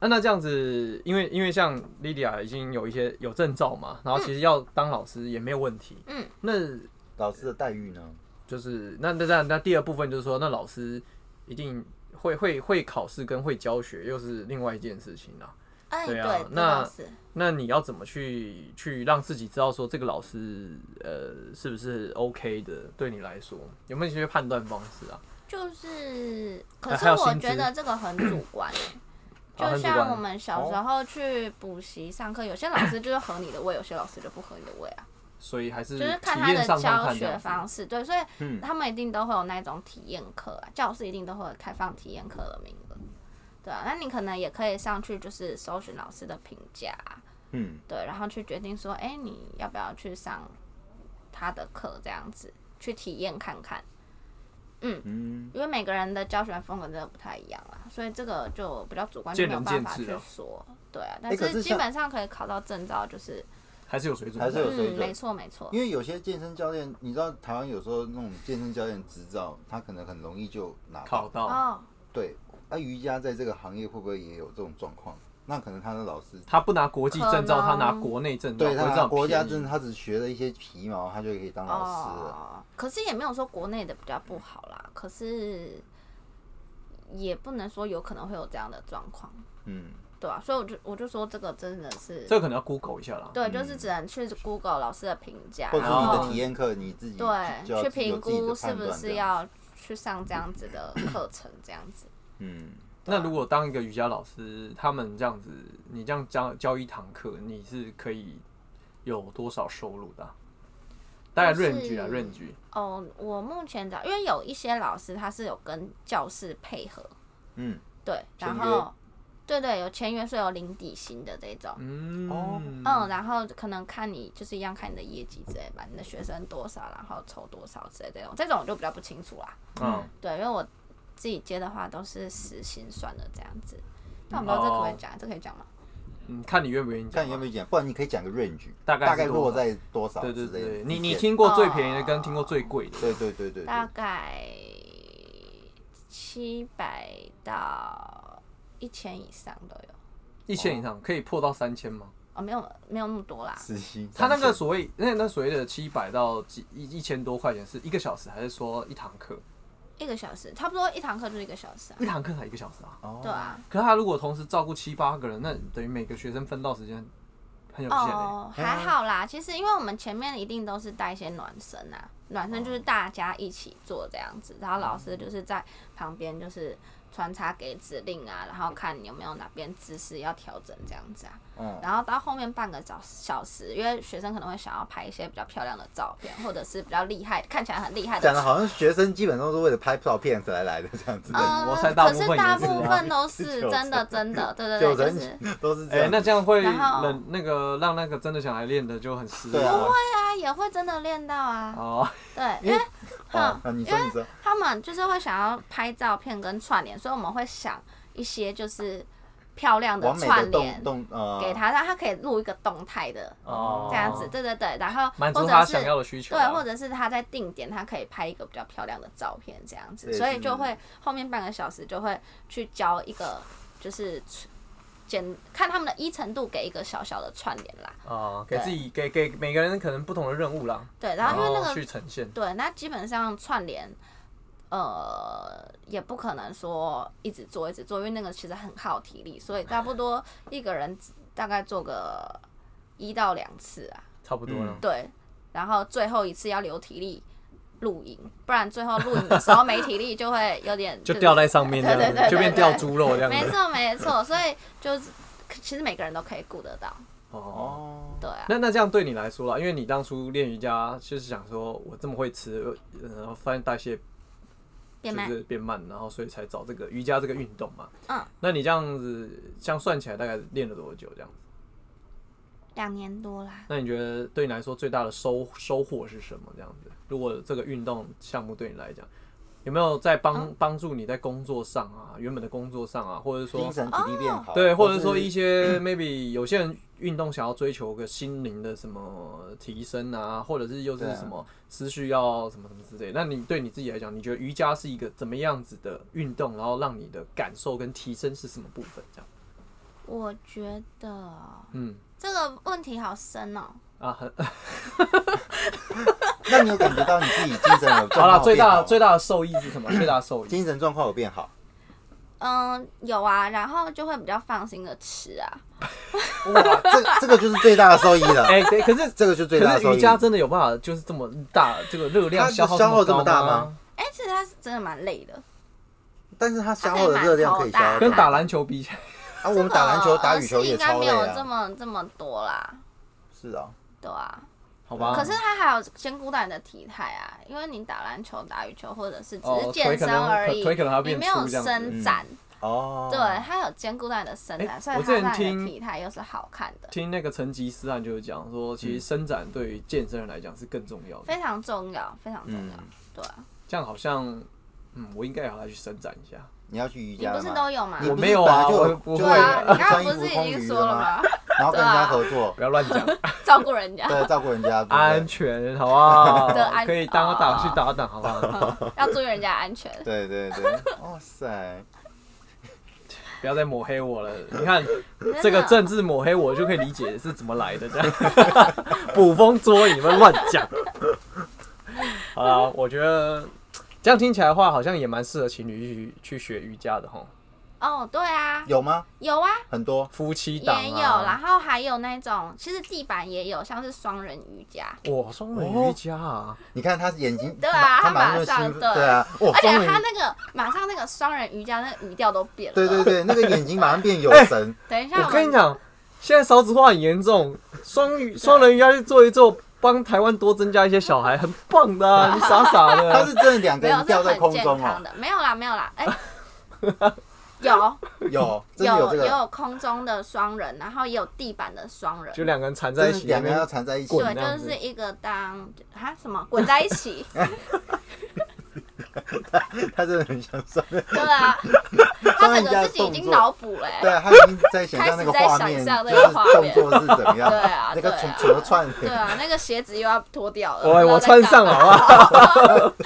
Speaker 1: 那那这样子，因为因为像莉莉娅已经有一些有证照嘛，然后其实要当老师也没有问题。
Speaker 2: 嗯，
Speaker 1: 那
Speaker 3: 老师的待遇呢？
Speaker 1: 就是那那那那第二部分就是说，那老师一定会会会考试跟会教学又是另外一件事情啊。
Speaker 2: 哎，
Speaker 1: 对
Speaker 2: 对，
Speaker 1: 啊
Speaker 2: 这
Speaker 1: 那
Speaker 2: 倒是
Speaker 1: 那你要怎么去去让自己知道说这个老师呃是不是 OK 的？对你来说有没有一些判断方式啊？
Speaker 2: 就是，
Speaker 1: 还
Speaker 2: 可
Speaker 1: 啊还
Speaker 2: 是
Speaker 1: 有
Speaker 2: 我
Speaker 1: 薪
Speaker 2: 觉
Speaker 1: 资
Speaker 2: 得这个很主观欸
Speaker 1: 啊很
Speaker 2: 就
Speaker 1: 主观
Speaker 2: 像我们小时候去补习上课，有些老师就是合你的胃，有些老师就不合你的胃啊，
Speaker 1: 所以还是体
Speaker 2: 就是
Speaker 1: 验
Speaker 2: 看他的
Speaker 1: 上上
Speaker 2: 教
Speaker 1: 看这
Speaker 2: 学
Speaker 1: 样子。
Speaker 2: 方式。对，所以
Speaker 3: 嗯
Speaker 2: 他们一定都会有那种体验课啊，教室一定都会有开放体验课的名额。对啊，那你可能也可以上去就是搜寻老师的评价啊、
Speaker 3: 嗯，
Speaker 2: 对，然后去决定说，哎、你要不要去上他的课，这样子去体验看看。
Speaker 3: 嗯，
Speaker 2: 因为每个人的教学风格真的不太一样啦，所以这个就比较主观，就
Speaker 1: 见
Speaker 2: 没有
Speaker 1: 仁见
Speaker 2: 办法
Speaker 1: 智
Speaker 2: 去
Speaker 1: 啊
Speaker 2: 说。对啊，
Speaker 3: 诶
Speaker 2: 但
Speaker 3: 可是
Speaker 2: 是基
Speaker 3: 像
Speaker 2: 本上可以考到证照，就是
Speaker 1: 还是有水准，
Speaker 3: 还是有水
Speaker 2: 嗯，
Speaker 3: 准
Speaker 2: 没错没错，
Speaker 3: 因为有些健身教练，你知道台湾有时候那种健身教练执照，他可能很容易就拿
Speaker 1: 考
Speaker 3: 到。
Speaker 1: 到。
Speaker 2: 哦，
Speaker 3: 对，那瑜伽在这个行业会不会也有这种状况？那可能他的老师，
Speaker 1: 他不拿国际证照，
Speaker 2: 可
Speaker 1: 他
Speaker 2: 能
Speaker 1: 拿国内证照，
Speaker 3: 对
Speaker 1: 国
Speaker 3: 他
Speaker 1: 内
Speaker 3: 拿
Speaker 1: 照
Speaker 3: 国家
Speaker 1: 便宜
Speaker 3: 证，他只学了一些皮毛，他就可以当老师了。
Speaker 2: 哦，可是也没有说国内的比较不好啦，可是也不能说有可能会有这样的状况，
Speaker 3: 嗯，
Speaker 2: 对啊，所以我就我就说这个真的是
Speaker 1: 这，个可能要 Google 一下啦。
Speaker 2: 对，就是只能去 Google 老师的评
Speaker 3: 嗯
Speaker 2: 价，
Speaker 3: 或者
Speaker 2: 然
Speaker 3: 是你
Speaker 2: 后
Speaker 3: 的体验课，你自己就
Speaker 2: 对
Speaker 3: 要
Speaker 2: 哦去
Speaker 3: 有自己的
Speaker 2: 评估是
Speaker 3: 判
Speaker 2: 不
Speaker 3: 断这
Speaker 2: 是
Speaker 3: 样
Speaker 2: 要去上这样子的课程，这样子。
Speaker 3: 嗯，
Speaker 1: 那如果当一个瑜伽老师，他们这样子，你这样教教一堂课，你是可以有多少收入的啊、大概
Speaker 2: 就是
Speaker 1: range 啊，range
Speaker 2: 哦，我目前找，因为有一些老师他是有跟教室配合，
Speaker 3: 嗯，
Speaker 2: 对，
Speaker 3: 签
Speaker 2: 然
Speaker 3: 约
Speaker 2: 后对对，有签约，所以有零底薪的这种，
Speaker 1: 嗯
Speaker 3: 哦
Speaker 2: 嗯，然后可能看你就是一样看你的业绩之类吧，你的学生多少，然后抽多少之类的这种，这种我就比较不清楚啦，
Speaker 1: 嗯，
Speaker 2: 对，因为我自己接的话都是实薪算的这样子，但我不知道这可不可以讲，这可以讲吗？
Speaker 1: 嗯，看你愿不愿意
Speaker 3: 看
Speaker 1: 讲
Speaker 3: 你有
Speaker 1: 嘛。
Speaker 3: 没有讲，不然你可以讲个 range，
Speaker 1: 大概是
Speaker 3: 大概落
Speaker 1: 多少
Speaker 3: 在多少
Speaker 1: 对
Speaker 3: 之
Speaker 1: 对
Speaker 3: 类的
Speaker 1: 对，
Speaker 3: 之
Speaker 1: 你你
Speaker 3: 间
Speaker 1: 听过最便宜
Speaker 2: 哦
Speaker 1: 的跟听过最贵的，
Speaker 3: 对对对对，
Speaker 2: 大
Speaker 3: 对
Speaker 2: 概七百到一千以上都有，
Speaker 1: 一千以上可以破到三千吗？
Speaker 2: 哦，没有没有那么多啦，
Speaker 3: 实习
Speaker 1: 他那个
Speaker 3: 上线
Speaker 1: 所谓那那所谓的七百到几一一千多块钱是一个小时，还是说一堂课？
Speaker 2: 一个小时，差不多一堂课就一个小时啊。
Speaker 1: 一堂课才一个小时啊？
Speaker 3: 哦
Speaker 2: 对啊，
Speaker 1: 可是他如果同时照顾七八个人，那等于每个学生分到时间很有限欸
Speaker 2: 哦，还好啦。其实因为我们前面一定都是带一些暖身
Speaker 1: 哦
Speaker 2: 啊，暖身就是大家一起做这样子，然后老师就是在旁边就是穿插给指令啊，然后看你有没有哪边姿势要调整这样子啊。
Speaker 1: 哦
Speaker 3: 嗯，
Speaker 2: 然后到后面半个小小时，因为学生可能会想要拍一些比较漂亮的照片，或者是比较厉害、看起来很厉害的
Speaker 3: 讲的好像学生基本上都是为了拍照片才来的这样子，
Speaker 2: 嗯，
Speaker 1: 我猜大
Speaker 2: 可
Speaker 1: 部分
Speaker 2: 是
Speaker 1: 也
Speaker 2: 大
Speaker 1: 是
Speaker 2: 部
Speaker 1: 吧
Speaker 2: 分都是
Speaker 3: 九
Speaker 2: 真的，真的，对对
Speaker 3: 九
Speaker 2: 对，
Speaker 3: 成
Speaker 2: 就是
Speaker 3: 都是这
Speaker 1: 哎、
Speaker 3: 样。
Speaker 1: 那这样会
Speaker 2: 然后
Speaker 1: 冷那个让那个真的想来练的就很失
Speaker 3: 对
Speaker 1: 望
Speaker 3: 啊
Speaker 1: 啊。，
Speaker 2: 对啊，也会真的练到啊，
Speaker 1: 哦，
Speaker 2: 对，
Speaker 3: 因
Speaker 2: 因
Speaker 3: 为
Speaker 2: 为
Speaker 3: 啊
Speaker 2: 哼，
Speaker 3: 那你说你说，
Speaker 2: 他们就是会想要拍照片跟串联，所以我们会想一些就是漂亮的
Speaker 3: 完美的
Speaker 2: 串联
Speaker 3: 动动呃，
Speaker 2: 给他，让他可以录一个动态的
Speaker 1: 哦
Speaker 2: 这样子，对对对，然后
Speaker 1: 满
Speaker 2: 或
Speaker 1: 足
Speaker 2: 者
Speaker 1: 他想
Speaker 2: 是。
Speaker 1: 要的需求
Speaker 2: 对
Speaker 1: 啊、，
Speaker 2: 或者是他在定点，他可以拍一个比较漂亮的照片，这样子，
Speaker 3: 对
Speaker 2: 所以
Speaker 3: 是
Speaker 2: 就会后面半个小时就会去教一个，就是简看他们的一程度给一个小小的串联啦。
Speaker 1: 哦，给
Speaker 2: 对
Speaker 1: 自己给给每个人可能不同的任务啦，
Speaker 2: 对，
Speaker 1: 然
Speaker 2: 然后因为那个
Speaker 1: 哦去呈现。
Speaker 2: 对，那基本上串联，呃，也不可能说一直做一直做，因为那个其实很耗体力，所以差不多一个人大概做个一到两次啊。
Speaker 1: 差不多了
Speaker 3: 嗯。
Speaker 2: 对，然后最后一次要留体力露营，不然最后露营的时候没体力就会有点
Speaker 1: 就是掉在上面这
Speaker 2: 对
Speaker 1: 样
Speaker 2: 对对
Speaker 1: 子，
Speaker 2: 对
Speaker 1: 就变
Speaker 2: 对
Speaker 1: 掉猪肉这样
Speaker 2: 没
Speaker 1: 子。
Speaker 2: 错没错，所以就是其实每个人都可以顾得到，
Speaker 1: 哦，
Speaker 3: 哦，
Speaker 2: 对啊。
Speaker 1: 那那这样对你来说啦，因为你当初练瑜伽就是想说，我这么会吃，然后发现代谢
Speaker 2: 变慢
Speaker 1: 就是变慢，然后所以才找这个瑜伽这个运动嘛。
Speaker 2: 嗯，
Speaker 1: 那你这样子，像算起来大概练了多久这样子？
Speaker 2: 两年多啦，
Speaker 1: 那你觉得对你来说最大的收收获是什么？这样子，如果这个运动项目对你来讲，有没有在
Speaker 3: 嗯
Speaker 1: 帮帮助你在工作上啊，原本的工作上啊，或者说
Speaker 3: 精神体力变好，
Speaker 1: 对，或者
Speaker 3: 是
Speaker 1: 说一些 maybe 有些人运动想要追求个心灵的什么提升啊，或者是又是
Speaker 3: 对啊
Speaker 1: 什么思绪要什么什么之类。那你对你自己来讲，你觉得瑜伽是一个怎么样子的运动？然后让你的感受跟提升是什么部分？这样，
Speaker 2: 我觉得
Speaker 1: 嗯
Speaker 2: 这个问题好深哦、
Speaker 1: 啊，很
Speaker 3: 那你有感觉到你自己精神有
Speaker 1: 好
Speaker 3: 状
Speaker 1: 啦，
Speaker 3: 况
Speaker 1: 最
Speaker 3: 变
Speaker 1: 大
Speaker 3: 好
Speaker 1: 最大的受益是什么？最大的受益
Speaker 3: 精神状况有变好，
Speaker 2: 嗯，有啊，然后就会比较放心的吃啊。
Speaker 3: 哇，这这个就是最大的收益了，
Speaker 1: 哎，对可是
Speaker 3: 这个就是最大
Speaker 1: 可
Speaker 3: 的
Speaker 1: 是
Speaker 3: 收益。
Speaker 1: 瑜伽真的有办法就是这么大这个热量
Speaker 3: 它
Speaker 1: 消耗
Speaker 3: 消耗这么大
Speaker 1: 高
Speaker 3: 吗？
Speaker 2: 哎、其实它是真的蛮累的，
Speaker 3: 但是它消耗的热量可以消耗
Speaker 2: 它可以
Speaker 1: 跟
Speaker 3: 掉
Speaker 2: 满
Speaker 1: 打篮球比起来，
Speaker 3: 啊，我们打篮球、
Speaker 2: 这个
Speaker 3: 打羽球
Speaker 2: 呃是
Speaker 3: 也
Speaker 2: 应该
Speaker 3: 超累
Speaker 2: 没有这
Speaker 3: 啊。
Speaker 2: 么这么多啦，
Speaker 3: 是啊，
Speaker 2: 对啊。
Speaker 1: 好吧？
Speaker 2: 可是它还有兼顾到你的体态啊，因为你打篮球、打羽球或者是只
Speaker 1: 哦
Speaker 2: 是健身
Speaker 1: 腿可能
Speaker 2: 而已，
Speaker 1: 腿可能还要
Speaker 2: 你
Speaker 1: 变
Speaker 2: 没
Speaker 1: 粗
Speaker 2: 有
Speaker 1: 这样子
Speaker 2: 伸展，
Speaker 3: 哦，
Speaker 2: 对，，它有兼顾到你的伸展，
Speaker 1: 哎
Speaker 2: 所以
Speaker 1: 我
Speaker 2: 它
Speaker 1: 之前
Speaker 2: 让你
Speaker 1: 听
Speaker 2: 的体态又是好看的，
Speaker 1: 听那个成吉思汗就是讲说，其实伸展对于健身人来讲是更重要的。
Speaker 2: 非常重要，非常重要，
Speaker 3: 嗯
Speaker 2: 对啊。
Speaker 1: 这样好像，嗯，我应该也要来去伸展一下。
Speaker 3: 你要去瑜
Speaker 2: 你
Speaker 3: 伽
Speaker 2: 不
Speaker 3: 了
Speaker 2: 是
Speaker 3: 吗？
Speaker 2: 都有吗
Speaker 3: 你？
Speaker 1: 我
Speaker 3: 不是
Speaker 1: 没有
Speaker 3: 本来
Speaker 1: 啊
Speaker 3: 就
Speaker 1: 我
Speaker 3: 有
Speaker 1: 不
Speaker 3: 就
Speaker 1: 会
Speaker 2: 对啊，
Speaker 3: 有
Speaker 2: 你刚刚
Speaker 3: 穿衣
Speaker 2: 不
Speaker 3: 服
Speaker 2: 是已
Speaker 3: 空
Speaker 2: 经
Speaker 3: 余
Speaker 2: 说
Speaker 3: 的
Speaker 2: 了
Speaker 3: 吗？
Speaker 2: 吗？
Speaker 3: 然后跟人
Speaker 2: 对
Speaker 3: 家
Speaker 2: 啊
Speaker 3: 合作，
Speaker 1: 不要 乱讲，
Speaker 2: 照顾人家，
Speaker 3: 对，照顾人家，对不对
Speaker 1: 安全好不好
Speaker 2: 的？安
Speaker 1: 可以当打去打打，好不好？
Speaker 2: 要注意人家安全。
Speaker 3: 对对对， 哇塞，
Speaker 1: 不要再抹黑我了。你看
Speaker 2: 真的
Speaker 1: 这个政治抹黑，我就可以理解是怎么来的，这样 捕风捉影，你们乱讲。 好了，我觉得这样听起来的话，好像也蛮适合情侣去去学瑜伽的哈，
Speaker 2: 哦，对啊，
Speaker 3: 有吗？
Speaker 2: 有啊，
Speaker 3: 很多
Speaker 1: 夫妻档
Speaker 2: 也有，然
Speaker 1: 啊。
Speaker 2: 后还有那种，其实地板也有，像是双人瑜伽，
Speaker 1: 哇，双人瑜伽啊，
Speaker 3: 你看他眼睛，
Speaker 2: 对啊
Speaker 3: 他
Speaker 2: 他
Speaker 3: 马
Speaker 2: 马
Speaker 3: 上就
Speaker 2: 上
Speaker 3: 兴奋，
Speaker 2: 对
Speaker 3: 对啊，
Speaker 1: 哦
Speaker 3: 我
Speaker 2: 而且
Speaker 3: 终于，
Speaker 2: 他那个马上那个双人瑜伽那个语调都变了。
Speaker 3: 对对，对，那个眼睛马上变有神，
Speaker 2: 等一下
Speaker 1: 我跟你
Speaker 2: 们，
Speaker 1: 讲，现在少子化很严重，双 语双人瑜伽去做一做，帮台湾多增加一些小孩，很棒的啊、你傻傻
Speaker 3: 他
Speaker 1: 的，
Speaker 3: 是真的两个
Speaker 2: 没有
Speaker 3: 人
Speaker 2: 这
Speaker 3: 吊在
Speaker 2: 很
Speaker 3: 空
Speaker 2: 健
Speaker 1: 啊
Speaker 3: 中
Speaker 2: 康
Speaker 3: 哦，
Speaker 2: 的，没有啦没有 啦，哎、有
Speaker 3: 有真的有
Speaker 2: 有
Speaker 3: 这
Speaker 2: 也
Speaker 3: 个，
Speaker 2: 有空中的双人，然后也有地板的双人
Speaker 1: 就。两个人缠在一
Speaker 3: 真的
Speaker 1: 起，
Speaker 3: 两个人要缠在一起，
Speaker 1: 滚
Speaker 2: 对，
Speaker 1: 这样
Speaker 2: 就
Speaker 1: 子
Speaker 2: 是一个当啊什么滚在一 起，
Speaker 3: 他真的很想 上，
Speaker 2: 对 啊，他整个自己已经脑补了、
Speaker 3: 对
Speaker 2: 欸，
Speaker 3: 啊，他已经在想象那个画
Speaker 2: 开
Speaker 3: 面，
Speaker 2: 始在想
Speaker 3: 就
Speaker 2: 象那
Speaker 3: 是
Speaker 2: 个画
Speaker 3: 动
Speaker 2: 面
Speaker 3: 作是怎么样，
Speaker 2: 对啊
Speaker 3: 那个
Speaker 2: 对
Speaker 3: 怎
Speaker 2: 啊
Speaker 3: 怎么串，
Speaker 2: 对啊，那个鞋子又要脱掉了。不知
Speaker 1: 呃我
Speaker 2: 道
Speaker 1: 我
Speaker 2: 在
Speaker 1: 穿
Speaker 2: 干
Speaker 1: 上
Speaker 2: 嘛
Speaker 1: 好不好？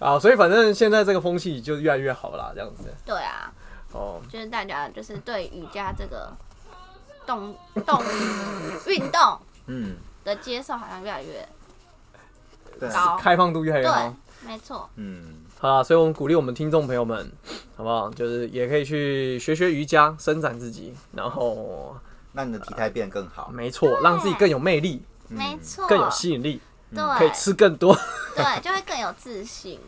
Speaker 1: 啊，所以反正现在这个风气就越来越好啦，这样子
Speaker 2: 对啊，
Speaker 1: 哦。
Speaker 2: 就是大家就是对瑜伽这个动动运动
Speaker 3: 嗯，
Speaker 2: 的接受好像越来越
Speaker 3: 对啊，
Speaker 2: 高，
Speaker 1: 开放度越来越
Speaker 2: 对
Speaker 1: 高，，
Speaker 2: 没错，
Speaker 3: 嗯，
Speaker 1: 好啦，所以我们鼓励我们听众朋友们，好不好？就是也可以去学学瑜伽，伸展自己，然后
Speaker 3: 让你的体态变更好，
Speaker 1: 嗯没错，让自己更有魅力，
Speaker 2: 没错，
Speaker 1: 更有吸引力，
Speaker 2: 对，
Speaker 1: 可以吃更多。
Speaker 2: 对，对，就会更有自 信。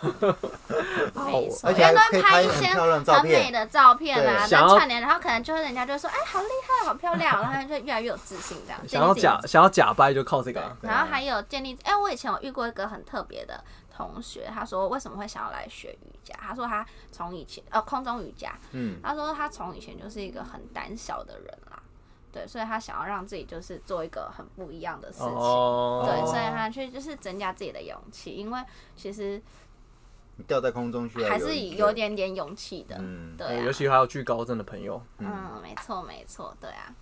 Speaker 2: 没错，
Speaker 3: 而
Speaker 2: 因
Speaker 3: 且
Speaker 2: 为都
Speaker 3: 还可
Speaker 2: 会
Speaker 3: 以
Speaker 2: 拍
Speaker 3: 拍
Speaker 2: 一
Speaker 3: 很
Speaker 2: 些
Speaker 3: 漂亮的照
Speaker 2: 很美
Speaker 3: 片。
Speaker 2: 的照片啊，
Speaker 3: 对
Speaker 2: 在
Speaker 1: 想要
Speaker 2: 串联，然后可能就是人家就说，哎，好厉害，好漂亮，然后就越来越有自信这样。
Speaker 1: 想要
Speaker 2: 建立自己的
Speaker 1: 假想要假掰就靠这个啊、
Speaker 2: 然后还有建立，哎、我以前有遇过一个很特别的同学，他说为什么会想要来学瑜伽？他说他从以前呃空中瑜伽，
Speaker 3: 嗯，
Speaker 2: 他说他从以前就是一个很胆小的人啦，对，所以他想要让自己就是做一个很不一样的事情，
Speaker 1: 哦，
Speaker 2: 对，所以他去就是增加自己的勇气，因为其实
Speaker 3: 你吊在空中需要
Speaker 2: 还
Speaker 3: 有
Speaker 2: 是
Speaker 3: 一
Speaker 2: 有
Speaker 3: 个
Speaker 2: 点点勇气的，
Speaker 3: 嗯
Speaker 2: 对、啊，
Speaker 1: 哎尤其还有惧高症的朋友，
Speaker 2: 嗯，没错没错，对啊，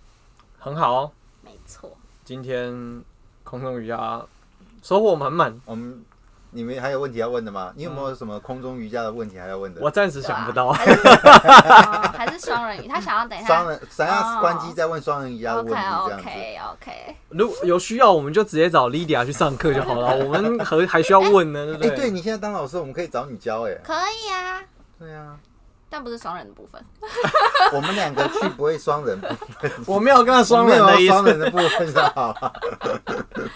Speaker 1: 很好哦。
Speaker 2: 没 错，
Speaker 1: 今天空中瑜伽收获满满，
Speaker 3: 我们嗯你们还有问题要问的吗？你有没有什么空中瑜伽的问题还要问的？
Speaker 1: 我暂时
Speaker 2: 对啊
Speaker 1: 想不到。
Speaker 2: 还是哦还是双人椅，他想要等一
Speaker 3: 双
Speaker 2: 下。哦
Speaker 3: 人，咱要关机再问双人瑜伽的问
Speaker 2: OK
Speaker 3: 题，这样子。
Speaker 2: OK OK，
Speaker 1: 如果有需要，我们就直接找 Lydia 去上课就好了。我们还还需要问呢，对不
Speaker 3: 哎、
Speaker 1: 对？
Speaker 3: 对你现在当老师，我们可以找你教哎、
Speaker 2: 可以啊，
Speaker 3: 对啊，
Speaker 2: 但不是双人的部分。
Speaker 3: 我们两个去不会双人，
Speaker 1: 我没有跟他 双人
Speaker 3: 我
Speaker 1: 的
Speaker 3: 没
Speaker 1: 意
Speaker 3: 有双
Speaker 1: 思。
Speaker 3: 人啊的部分就好 了。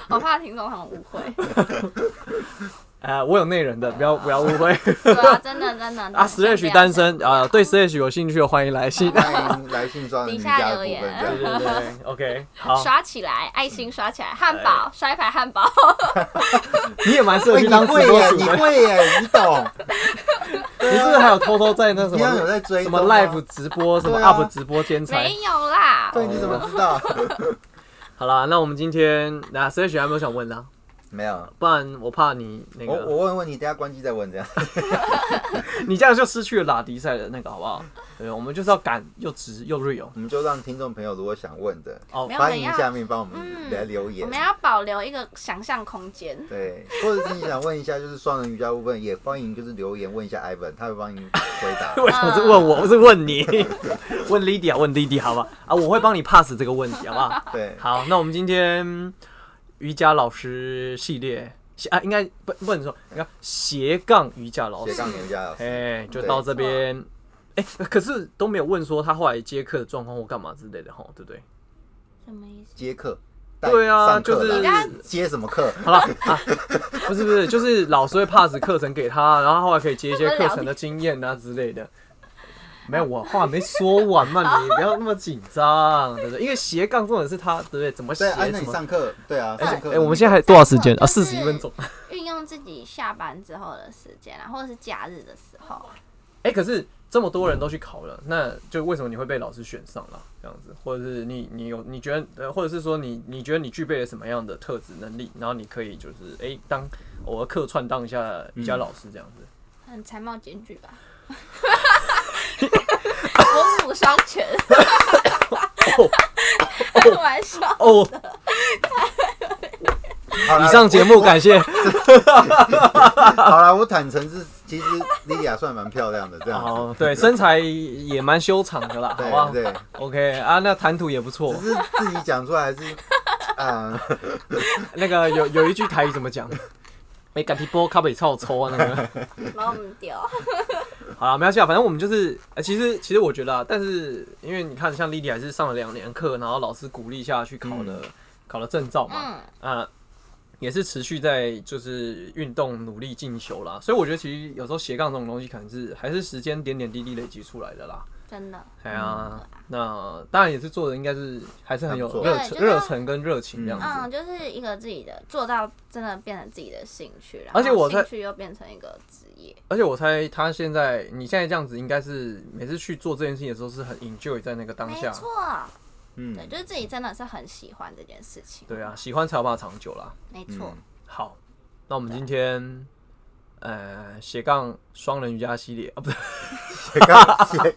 Speaker 2: 我怕听众他们误会。
Speaker 1: 哎，我有内人的，不要不要误会
Speaker 2: 对啊，真的真的。
Speaker 1: 啊。Slash 单身啊，对 Slash 有兴趣的欢迎来 信。
Speaker 3: 欢迎来信双人瑜伽的部分，这
Speaker 1: 对
Speaker 3: 样。
Speaker 1: 对对，OK，好，
Speaker 2: 刷起来，爱心刷起来，汉堡
Speaker 3: 哎
Speaker 2: 摔牌汉堡，
Speaker 1: 你也蛮适合
Speaker 3: 喂，
Speaker 1: 去
Speaker 3: 你
Speaker 1: 当直
Speaker 3: 会
Speaker 1: 播
Speaker 3: 耶，
Speaker 1: 主
Speaker 3: 你
Speaker 1: 的。
Speaker 3: 会耶，你懂，
Speaker 1: 你是不是还有偷偷在那什
Speaker 3: 你要有
Speaker 1: 么
Speaker 3: 在追
Speaker 1: 什
Speaker 3: 踪啊
Speaker 1: 么 live 直播、什么
Speaker 3: 对啊
Speaker 1: up 直播兼才？
Speaker 2: 没有啦。
Speaker 3: 对，你怎么 知道？
Speaker 1: 好啦，那我们今天那 Slash 还没有想问的啊，
Speaker 3: 没有，
Speaker 1: 不然我怕你那
Speaker 3: 我
Speaker 1: 个，
Speaker 3: 我问问你，等下关机再问这样。
Speaker 1: 你这样就失去了拉迪赛的那个，好不好？对，我们就是要赶又直又哦 real
Speaker 3: 我们就让听众朋友如果想问的，
Speaker 1: 哦
Speaker 2: 没。有
Speaker 3: 欢迎下面帮我
Speaker 1: 嗯
Speaker 3: 们来留
Speaker 2: 我
Speaker 3: 言
Speaker 2: 们。要保留一个想象空间。
Speaker 3: 对，或者是你想问一下，就是双人瑜伽部分，也欢迎就是留言问一下 Ivan，他会帮你回 答。
Speaker 1: 为什么是问我？我是问你， 问 Lydia，问 Lydia 好吧？啊，我会帮你 pass 这个问题，好不好？
Speaker 3: 对，
Speaker 1: 好，那我们今天瑜伽老师系列啊，应该不不能说，应该斜杠瑜伽老
Speaker 3: 斜
Speaker 1: 师，
Speaker 3: 杠瑜伽老师，
Speaker 1: 哎，就
Speaker 3: 对
Speaker 1: 到这边。哎、可是都没有问说他后来接客的状况或干嘛之类的哈，对不对？
Speaker 2: 什么意思？
Speaker 3: 接课。
Speaker 1: 对啊
Speaker 3: 上课
Speaker 1: 就是
Speaker 2: 你刚
Speaker 3: 啦接什么课？
Speaker 1: 好了啊，不是不是，就是老师会 pass 课程给他，然后他后来可以接一些课程的经验啊之类的。没有，我话没说完嘛， 你不要那么紧张，啊对不对？因为斜杠重点是他，对不对？怎么
Speaker 3: 对
Speaker 1: 写
Speaker 3: 啊，那
Speaker 1: 什
Speaker 3: 你
Speaker 1: 么？
Speaker 3: 上课，对啊，上课。
Speaker 1: 哎、我们现在还有多少时 间啊？四十一分钟。
Speaker 2: 运用自己下班之后的时间啊，或者是假日的时候，
Speaker 1: 哎、可是这么多人都去考了，那就为什么你会被老师选上了？这样子，或者是你你有你觉得，呃，或者是说你你觉得你具备了什么样的特质能力，然后你可以就是哎、当偶尔客串当一下瑜
Speaker 3: 嗯
Speaker 1: 伽老师这样子。
Speaker 2: 很才貌嗯兼具吧。 文武双全，开玩笑。
Speaker 1: 哦，
Speaker 3: 好啦
Speaker 1: 以上节目感谢。
Speaker 3: 我好了，我坦诚是，其实莉莉亚算蛮漂亮的，这样。
Speaker 1: 哦，对，身材也蛮修长的啦，好不好
Speaker 3: 对对，
Speaker 1: ？OK 啊，那谈吐也不错
Speaker 3: 只。是自己讲出来还 是，嗯，
Speaker 1: 那个有有一句台语怎么讲？ 没感觉波咖啡超抽啊，那个。
Speaker 2: 把我们丢。
Speaker 1: 好了，没关系啊，反正我们就是，呃、其实其实我觉得啊，但是因为你看，像莉莉还是上了两年课，然后老师鼓励下去考
Speaker 3: 嗯
Speaker 1: 了、考了证照嘛，
Speaker 2: 嗯，
Speaker 1: 啊、也是持续在就是运动努力进修啦，所以我觉得其实有时候斜杠这种东西，可能是还是时间点点滴滴累积出来的啦。
Speaker 2: 真的。
Speaker 1: 哎呀，那当然也是做的，应该是还是很有
Speaker 3: 嗯还不错
Speaker 1: 热
Speaker 2: 对
Speaker 1: 忱、
Speaker 2: 就是
Speaker 1: 热忱跟热情这样子。
Speaker 2: 嗯，就是一个自己的做到真的变成自己的兴趣，然
Speaker 1: 而且
Speaker 2: 后
Speaker 1: 我在
Speaker 2: 兴趣又变成一个职业，
Speaker 1: 而且我猜他现在，你现在这样子，应该是每次去做这件事情的时候是很 enjoy 在那个当
Speaker 2: 没
Speaker 1: 下。
Speaker 2: 错，
Speaker 3: 嗯
Speaker 2: 对，就是自己真的是很喜欢这件事情，
Speaker 1: 对啊，喜欢才有办法长久啦。
Speaker 2: 没错
Speaker 3: 嗯，，
Speaker 1: 好，那我们今天呃斜杠双人瑜伽系列啊，不是
Speaker 3: 你看，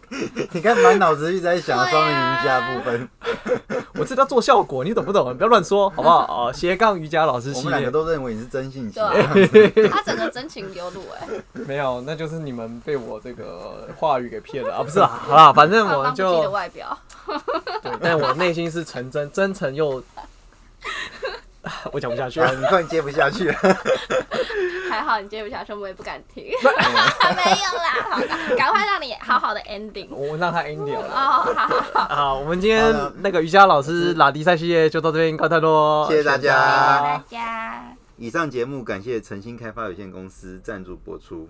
Speaker 3: 你看，满脑子一直在想
Speaker 2: 对啊
Speaker 3: 双人瑜伽部分，
Speaker 1: 我知道做效果，你懂不懂？不要乱说，好不好？哦，斜杠瑜伽老师
Speaker 3: 我
Speaker 1: 系
Speaker 3: 们两
Speaker 1: 列
Speaker 3: 个都认为你是真性情
Speaker 2: 对，啊，他整个真情流露， 哎，
Speaker 1: 没有，那就是你们被我这个话语给骗了啊，不是 啊，好啦，反正
Speaker 2: 放
Speaker 1: 我
Speaker 2: 荡
Speaker 1: 们
Speaker 2: 不羁的
Speaker 1: 就
Speaker 2: 外表，
Speaker 1: 对，但我内心是纯真，真诚又， 我讲不下去
Speaker 3: 啊
Speaker 1: 了。
Speaker 3: 你突然接不下去了，
Speaker 2: 还好你接不下去，我们也不敢听，
Speaker 1: 哎
Speaker 2: 没有啦，好啦，赶快让你好好的 ending
Speaker 1: 我让他 end 掉了。
Speaker 2: 哦，好好好，
Speaker 1: 好，我们今天
Speaker 3: 好的
Speaker 1: 那个瑜伽老师拉迪赛系列就到这边告一段落，哦
Speaker 3: 谢谢大家
Speaker 2: 谢谢大家。
Speaker 3: 以上节目感谢诚心开发有限公司赞助播出。